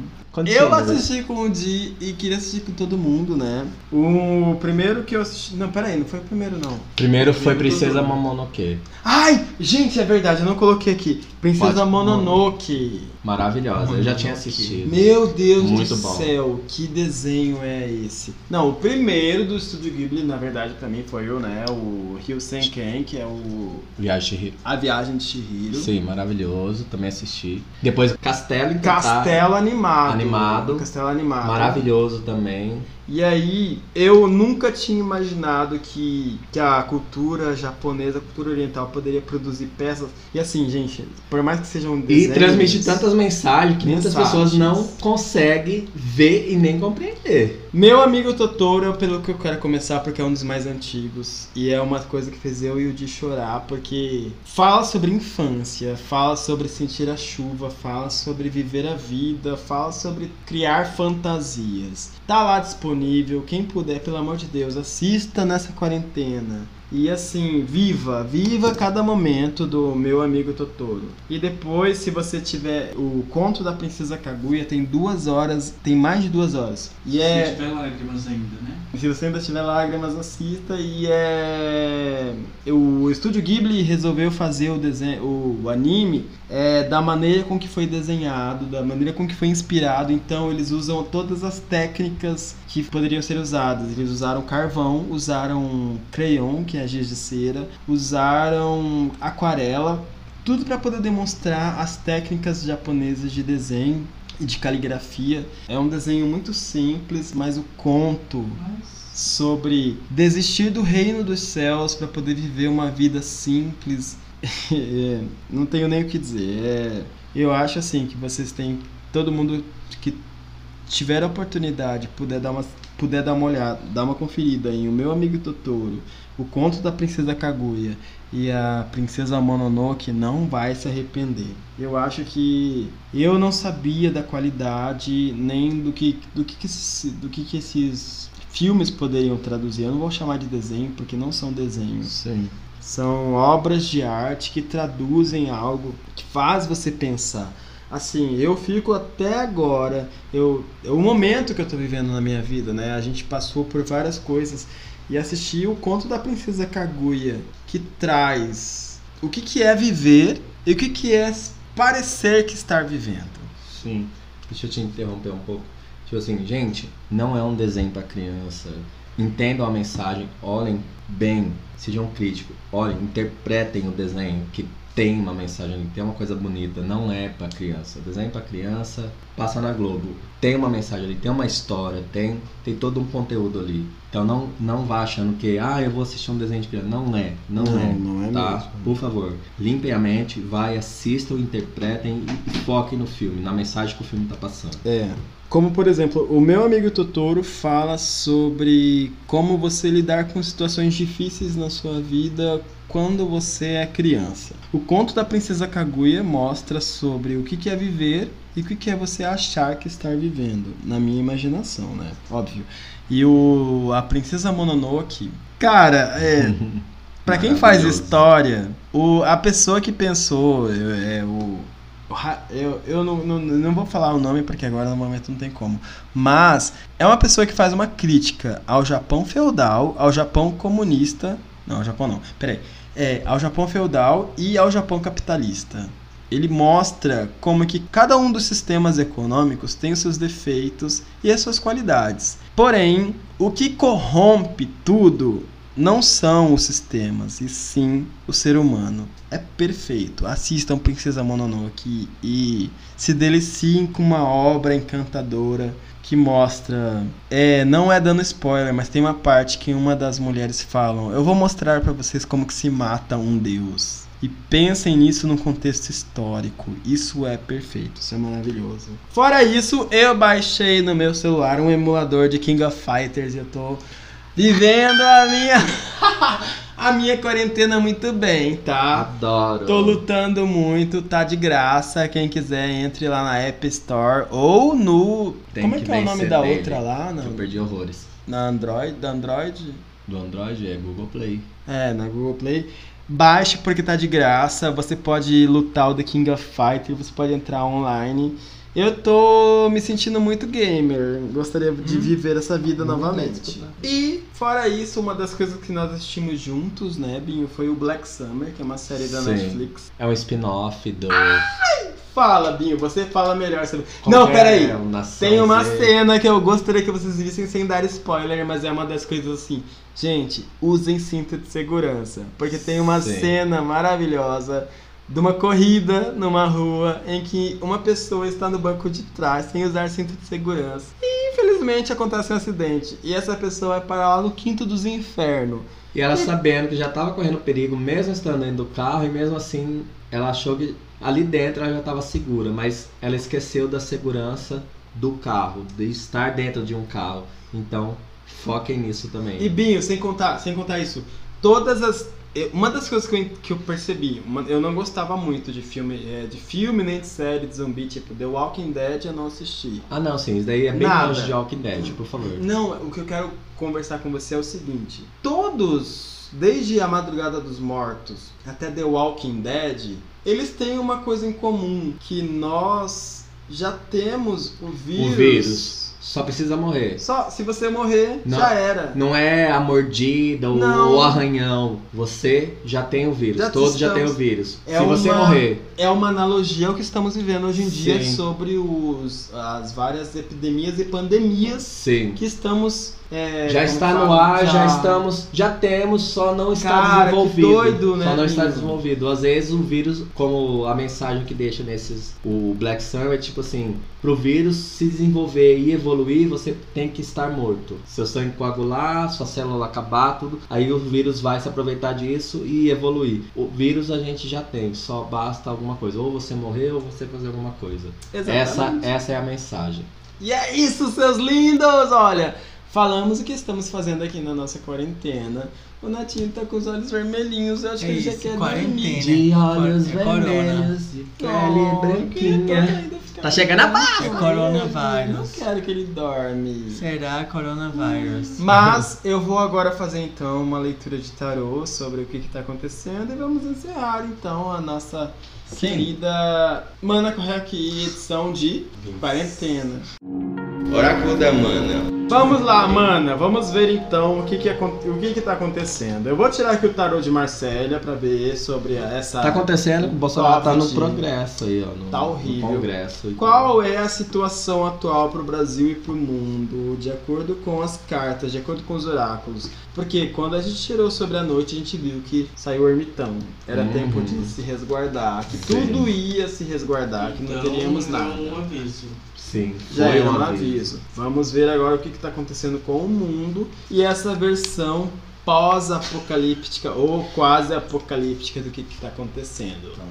Eu assisti com o Di e queria assistir com todo mundo, né? O primeiro que eu assisti... Não, peraí, não foi o primeiro, não.
Primeiro foi Princesa Momonoke.
Ai, gente, é verdade, eu não coloquei aqui. Princesa
Pode.
Mononoke.
Maravilhosa. Eu já tinha
Mononoke.
assistido.
Meu Deus
Muito
do
bom.
céu, que desenho é esse? Não, o primeiro do Estúdio Ghibli, na verdade, pra mim foi o, né, o Ryu Senken, que é o
Viagem de Hiro.
A Viagem de Chihiro.
Sim, maravilhoso. Também assisti. Depois Castelo Encantado.
Castelo Animado.
Animado.
Castelo Animado.
Maravilhoso também.
E aí, eu nunca tinha imaginado que, que a cultura japonesa, a cultura oriental, poderia produzir peças. E assim, gente, por mais que um sejam
E
desenhos...
transmitir tantas mensagens que muitas
Mensagens.
pessoas não conseguem ver e nem compreender.
Meu amigo Totoro é pelo que eu quero começar, porque é um dos mais antigos. E é uma coisa que fez eu e o Di chorar, porque fala sobre infância, fala sobre sentir a chuva, fala sobre viver a vida, fala sobre criar fantasias. Tá lá disponível, quem puder, pelo amor de Deus, assista nessa quarentena. E assim, viva, viva cada momento do meu amigo Totoro. E depois, se você tiver o conto da Princesa Kaguya, tem duas horas, tem mais de duas horas. E é.
Se tiver lágrimas ainda, né?
Se você ainda tiver lágrimas, assista. E é. O estúdio Ghibli resolveu fazer o, desenho, o anime é, da maneira com que foi desenhado, da maneira com que foi inspirado. Então, eles usam todas as técnicas que poderiam ser usadas. Eles usaram carvão, usaram crayon, que é giz de cera, usaram aquarela. Tudo para poder demonstrar as técnicas japonesas de desenho e de caligrafia. É um desenho muito simples, mas o conto
Mas.
sobre desistir do reino dos céus para poder viver uma vida simples. É, não tenho nem o que dizer. É, eu acho assim que vocês têm todo mundo que tiver a oportunidade puder dar uma puder dar uma olhada, dar uma conferida em o meu amigo Totoro, o conto da princesa Kaguya e a princesa Mononoke não vai se arrepender. Eu acho que eu não sabia da qualidade nem do que do que, que se- do que, que esses filmes poderiam traduzir. Eu não vou chamar de desenho porque não são desenhos.
Sim.
São obras de arte que traduzem algo que faz você pensar. Assim, eu fico até agora, eu, é o momento que eu tô vivendo na minha vida, né? A gente passou por várias coisas e assisti o conto da princesa Kaguya, que traz o que que é viver e o que que é parecer que estar vivendo.
Sim. Deixa eu te interromper um pouco. Tipo assim, gente, não é um desenho pra criança. Entendam a mensagem, olhem bem, sejam críticos, olhem, interpretem o desenho que tem uma mensagem ali, tem uma coisa bonita, não é pra criança. Desenho pra criança, passa na Globo. Tem uma mensagem ali, tem uma história, tem, tem todo um conteúdo ali. Então não, não vá achando que, ah, eu vou assistir um desenho de criança. Não é, não,
Não,
é.
Né?
não é
tá?
mesmo.
Por favor, limpem a mente, vai, assistam, interpretem e e foquem no filme, na mensagem que o filme tá passando.
É. Como, por exemplo, o meu amigo Totoro fala sobre como você lidar com situações difíceis na sua vida quando você é criança. O conto da Princesa Kaguya mostra sobre o que que é viver e o que que é você achar que estar vivendo, na minha imaginação, né? Óbvio. E o a Princesa Mononoke, cara, é Pra quem faz
Maravilhoso.
história, o, a pessoa que pensou, é, é, o, o Ra- eu, eu não, não, não vou falar o nome porque agora no momento não tem como. Mas é uma pessoa que faz uma crítica ao Japão feudal, ao Japão comunista. Não, ao Japão não, peraí. É, ao Japão feudal e ao Japão capitalista. Ele mostra como que cada um dos sistemas econômicos tem os seus defeitos e as suas qualidades. Porém, o que corrompe tudo não são os sistemas, e sim o ser humano. É perfeito. Assistam Princesa Mononoke e se deliciem com uma obra encantadora que mostra. É, não é dando spoiler, mas tem uma parte que uma das mulheres falam: "Eu vou mostrar pra vocês como que se mata um deus". E pensem nisso num contexto histórico. Isso é perfeito, isso é maravilhoso. Fora isso, eu baixei no meu celular um emulador de King of Fighters e eu tô vivendo a minha a minha quarentena muito bem, tá?
Adoro.
Tô lutando muito, tá de graça. Quem quiser, entre lá na App Store ou no.
Tem
Como é que, é o nome
vencer
da
dele,
outra lá? Na,
que eu perdi horrores.
na Android? Da Android?
Do Android é Google Play.
É, na Google Play. Baixe porque tá de graça. Você pode lutar o The King of Fighter, você pode entrar online. Eu tô me sentindo muito gamer. Gostaria
Hum.
de viver essa vida novamente. E fora isso, uma das coisas que nós assistimos juntos, né, Binho, foi o Black Summer, que é uma série da
Sim.
Netflix.
É um spin-off do.
Fala, Binho, você fala melhor sobre.
Como
Ah! Não,
que é?
peraí.
O Nação
Tem uma
Z.
cena que eu gostaria que vocês vissem sem dar spoiler, mas é uma das coisas assim. Gente, usem cinto de segurança. Porque tem uma
Sim.
cena maravilhosa de uma corrida numa rua em que uma pessoa está no banco de trás sem usar cinto de segurança. E infelizmente acontece um acidente. E essa pessoa vai parar lá no quinto dos infernos.
E ela sabendo que já tava correndo perigo, mesmo estando dentro do carro, e mesmo assim ela achou que ali dentro ela já tava segura, mas ela esqueceu da segurança do carro, de estar dentro de um carro. Então, foquem nisso também.
E Binho, sem contar, sem contar isso, todas as. eh, Uma das coisas que eu, en- que eu percebi, uma- eu não gostava muito de filme, eh, de filme nem de série de zumbi, tipo The Walking Dead eu não assisti.
Ah não, sim, isso daí é bem
Nada.
longe de Walking Dead, por favor.
Não, o que eu quero conversar com você é o seguinte: todos, desde A Madrugada dos Mortos até The Walking Dead, eles têm uma coisa em comum, que nós já temos o vírus.
O vírus só precisa morrer.
Só se você morrer,
Não.
já era.
Não é a mordida ou
Não.
o arranhão. Você já tem o vírus.
Já
Todos já têm
estamos-
o vírus.
É
Se você
uma-
morrer,
É uma analogia ao que estamos vivendo hoje em dia
Sim.
sobre os, as várias epidemias e pandemias
sim.
que estamos. é,
Já
como
está no
fala?
ar, já estamos, já temos, só não está
Cara, que
desenvolvido.
doido, né,
Só não está
Binho?
desenvolvido. Às vezes o vírus, como a mensagem que deixa nesses o Black Sun é tipo assim, pro vírus se desenvolver e evoluir, você tem que estar morto. Seu sangue coagular, sua célula acabar, tudo. Aí o vírus vai se aproveitar disso e evoluir. O vírus a gente já tem, só basta alguma coisa, ou você morrer ou você fazer alguma coisa. Essa
Exatamente.
essa é a mensagem.
E é isso, seus lindos! Olha, falamos o que estamos fazendo aqui na nossa quarentena. O Natinho tá com os olhos vermelhinhos, eu acho
É
que ele já
isso,
quer
quarentena.
dormir.
De olhos
É corona.
vermelhos, de
Oh,
pele branquinha.
que ainda fica-
é Tá chegando a
É
Eu Não
coronavírus.
quero que ele dorme.
Será coronavírus?
Mas eu vou agora fazer então uma leitura de tarô sobre o que está acontecendo e vamos encerrar então a nossa
Sim.
querida Mana Correia aqui, edição de quarentena.
Oráculo da Mana.
Vamos lá, mana. Vamos ver então o que que, acon- o que, que tá acontecendo. Eu vou tirar aqui o tarô de Marcélia pra ver sobre essa.
Tá acontecendo, o Bolsonaro tá no
Covid.
progresso aí, ó. No,
Tá horrível.
No congresso.
Qual é a situação atual para o Brasil e para o mundo, de acordo com as cartas, de acordo com os oráculos? Porque quando a gente tirou sobre a noite, a gente viu que saiu o ermitão. Era
Uhum.
tempo de se resguardar, que
Sim.
tudo ia se resguardar, que
Então,
não teríamos
né?
nada.
Um aviso.
Sim.
Já
foi
era um
uma vez.
aviso. Vamos ver agora o que está acontecendo com o mundo e essa versão pós-apocalíptica ou quase apocalíptica do que está acontecendo.
Então,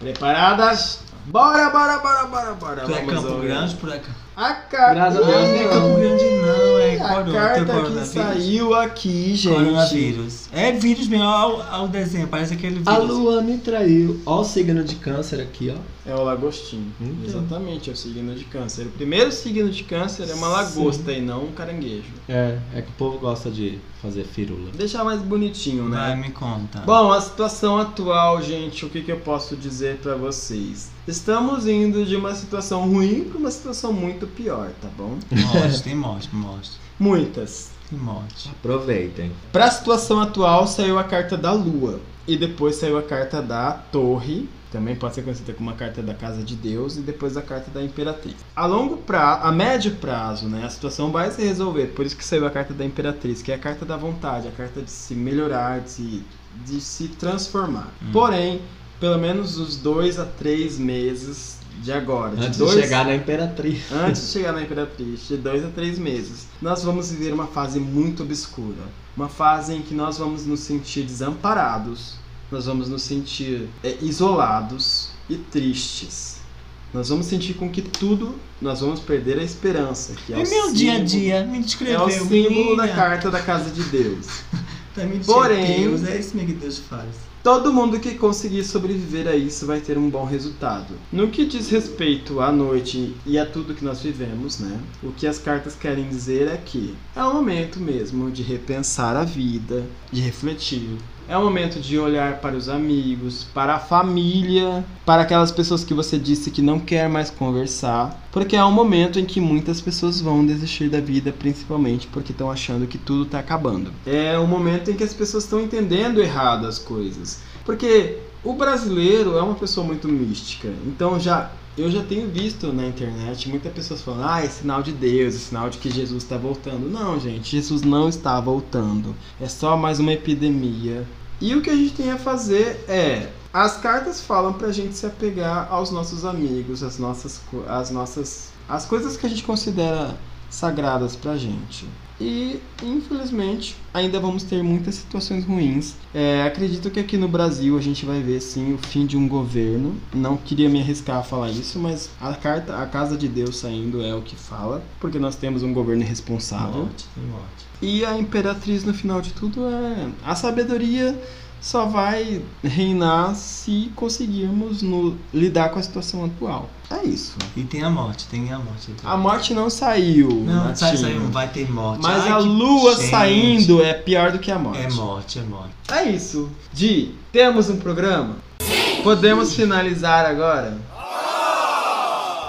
Preparadas? Bora, bora, bora, bora, bora.
Tu é
Vamos
Campo
ouvir.
Grande por acaso?
A carta.
Graças a Deus, não é Campo Grande, não, é coro-
A
teu
carta que
coronavírus.
saiu aqui, gente.
Coronavírus. É vírus mesmo, ao, ao desenho, parece aquele vírus.
A lua me traiu. Ó o signo de câncer aqui, ó.
É o lagostinho.
Então.
Exatamente, é o signo de câncer. O primeiro signo de câncer é uma lagosta e não um caranguejo.
É, é que o povo gosta de fazer firula.
Deixar mais bonitinho, né?
Vai, me conta.
Bom, a situação atual, gente, o que, que eu posso dizer pra vocês? Estamos indo de uma situação ruim pra uma situação muito pior, tá bom?
Morte, tem morte, morte.
Muitas.
Tem morte.
Aproveitem.
Pra situação atual, saiu a carta da Lua. E depois saiu a carta da Torre. Também pode ser conhecida como a carta da Casa de Deus. E depois a carta da Imperatriz. A longo prazo, a médio prazo, né? A situação vai se resolver. Por isso que saiu a carta da Imperatriz, que é a carta da vontade, a carta de se melhorar, de se, de se transformar.
Hum.
Porém, pelo menos os dois a três meses de agora.
Antes
dois...
de chegar na Imperatriz.
Antes de chegar na Imperatriz, de dois a três meses, nós vamos viver uma fase muito obscura. Uma fase em que nós vamos nos sentir desamparados, nós vamos nos sentir é, isolados e tristes. Nós vamos sentir com que tudo, nós vamos perder a esperança. Que é
É
o
meu dia a
símbolo-
dia, me descreveu.
É o símbolo da
menina.
carta da casa de Deus.
Tá me dizendo,
Porém-
Deus, é isso mesmo que Deus faz.
Todo mundo que conseguir sobreviver a isso vai ter um bom resultado. No que diz respeito à noite e a tudo que nós vivemos, né? O que as cartas querem dizer é que é o momento mesmo de repensar a vida, de refletir. É o momento de olhar para os amigos, para a família, para aquelas pessoas que você disse que não quer mais conversar, porque é um momento em que muitas pessoas vão desistir da vida, principalmente porque estão achando que tudo está acabando. É um momento em que as pessoas estão entendendo errado as coisas, porque o brasileiro é uma pessoa muito mística. Então já eu já tenho visto na internet muitas pessoas falando: "Ah, é sinal de Deus, é sinal de que Jesus está voltando". Não, gente, Jesus não está voltando. É só mais uma epidemia. E o que a gente tem a fazer é. As cartas falam pra gente se apegar aos nossos amigos, as nossas. co- as nossas. as coisas que a gente considera sagradas pra gente. E, infelizmente, ainda vamos ter muitas situações ruins. É, acredito que aqui no Brasil a gente vai ver sim o fim de um governo. Não queria me arriscar a falar isso, mas a carta A Casa de Deus saindo é o que fala, porque nós temos um governo irresponsável.
Morte, tem morte.
E a imperatriz, no final de tudo, é. A sabedoria só vai reinar se conseguirmos no- lidar com a situação atual. É isso.
E tem a morte, tem a morte.
A morte não saiu.
Não, sai,
Natinho.
sai, não vai ter morte.
Mas
Ai,
a
que-
lua
gente.
saindo é pior do que a morte.
É morte, é morte.
É isso. Di, temos um programa? Podemos finalizar agora?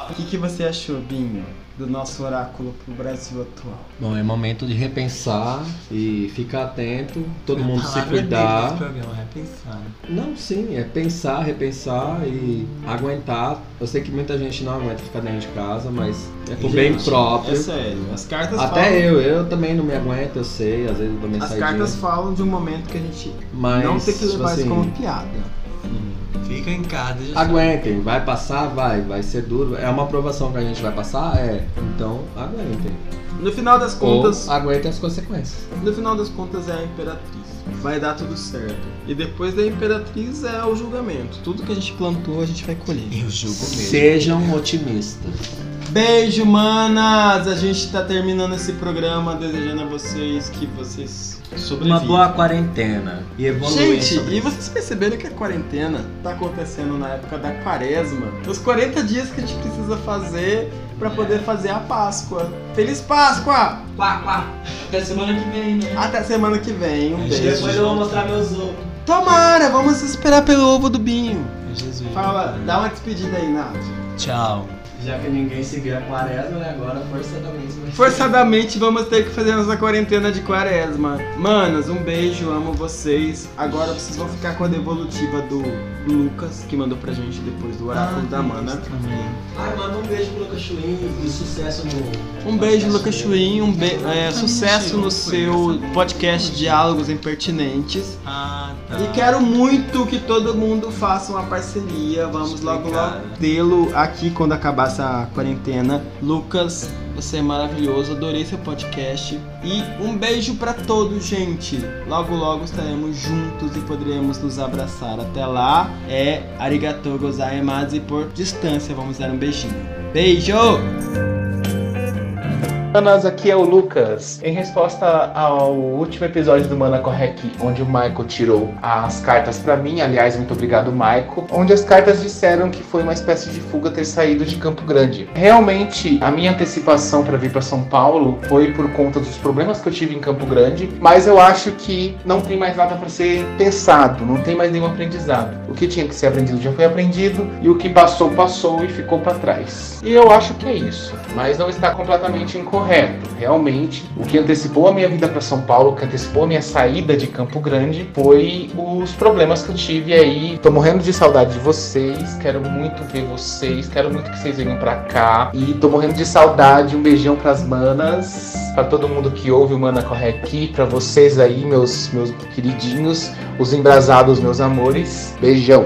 O que, que você achou, Binho, do nosso oráculo pro Brasil atual?
Bom, é momento de repensar e ficar atento, todo
A
mundo se
palavra dele
cuidar.
nesse programa é pensar.
Não, sim, é pensar, repensar e aguentar. Eu sei que muita gente não aguenta ficar dentro de casa, mas é por bem
Gente,
próprio.
É sério. As cartas falam...
Até eu, eu também não me aguento, eu sei, às vezes eu dou
As
mensagem.
cartas falam de um momento que a gente
Mas,
não tem que
tipo
levar isso
assim,
como piada.
Fica em casa. já
Aguentem, vai passar, vai, vai ser duro. É uma aprovação que a gente vai passar? É. Então, aguentem.
No final das contas,
Ou aguentem as consequências.
no final das contas é a imperatriz. Vai dar tudo certo. E depois da imperatriz é o julgamento. Tudo que a gente plantou, a gente vai colher.
sabe. Eu julgo mesmo.
Sejam otimistas.
Beijo, manas! A gente tá terminando esse programa desejando a vocês que vocês
Uma
sobrevivam.
boa quarentena. E evoluem
Gente,
sobre
e
isso.
vocês perceberam que a quarentena tá acontecendo na época da quaresma? Os 40 dias que a gente precisa fazer pra poder fazer a Páscoa. Feliz Páscoa!
Quá, quá. Até semana que vem, né? É,
Até semana que vem. Um
É
beijo.
Depois eu vou mostrar meus ovos.
Tomara, vamos esperar pelo ovo do Binho.
É Jesus.
Fala, dá uma despedida aí, Nath.
Tchau.
Já que ninguém seguia a quaresma, né? Agora forçadamente. vai-
Forçadamente vamos ter que fazer nossa quarentena de quaresma. Manas, um beijo, amo vocês. Agora vocês vão ficar com a devolutiva do Lucas, que mandou pra gente depois do
Ah,
oráculo
Ah,
da né? Mana.
Ai, manda um beijo pro Lucas Chuin e sucesso no.
Um beijo, Lucas Chuin. Um be- é, sucesso no seu podcast Diálogos Impertinentes.
Ah, tá.
E quero muito que todo mundo faça uma parceria. Vamos logo, logo tê-lo aqui quando acabar essa quarentena. Lucas, você é maravilhoso. Adorei seu podcast. E um beijo pra todos, gente. Logo, logo estaremos juntos e poderemos nos abraçar. Até lá. É arigatou gozaimasu e por distância vamos dar um beijinho. Beijo!
Manas, aqui é o Lucas. Em resposta ao último episódio do Mana Correc, onde o Michael tirou as cartas pra mim, aliás, muito obrigado, Michael, onde as cartas disseram que foi uma espécie de fuga ter saído de Campo Grande. Realmente, a minha antecipação pra vir pra São Paulo foi por conta dos problemas que eu tive em Campo Grande, mas eu acho que não tem mais nada pra ser pensado, não tem mais nenhum aprendizado. O que tinha que ser aprendido já foi aprendido e o que passou passou e ficou pra trás. E eu acho que é isso, mas não está completamente incorreto. Realmente, o que antecipou a minha vida para São Paulo, o que antecipou a minha saída de Campo Grande, foi os problemas que eu tive aí. Tô morrendo de saudade de vocês, quero muito ver vocês, quero muito que vocês venham pra cá. E tô morrendo de saudade, um beijão pras manas, pra todo mundo que ouve o Mana Corre aqui, pra vocês aí, meus meus queridinhos, os embrasados, meus amores. Beijão.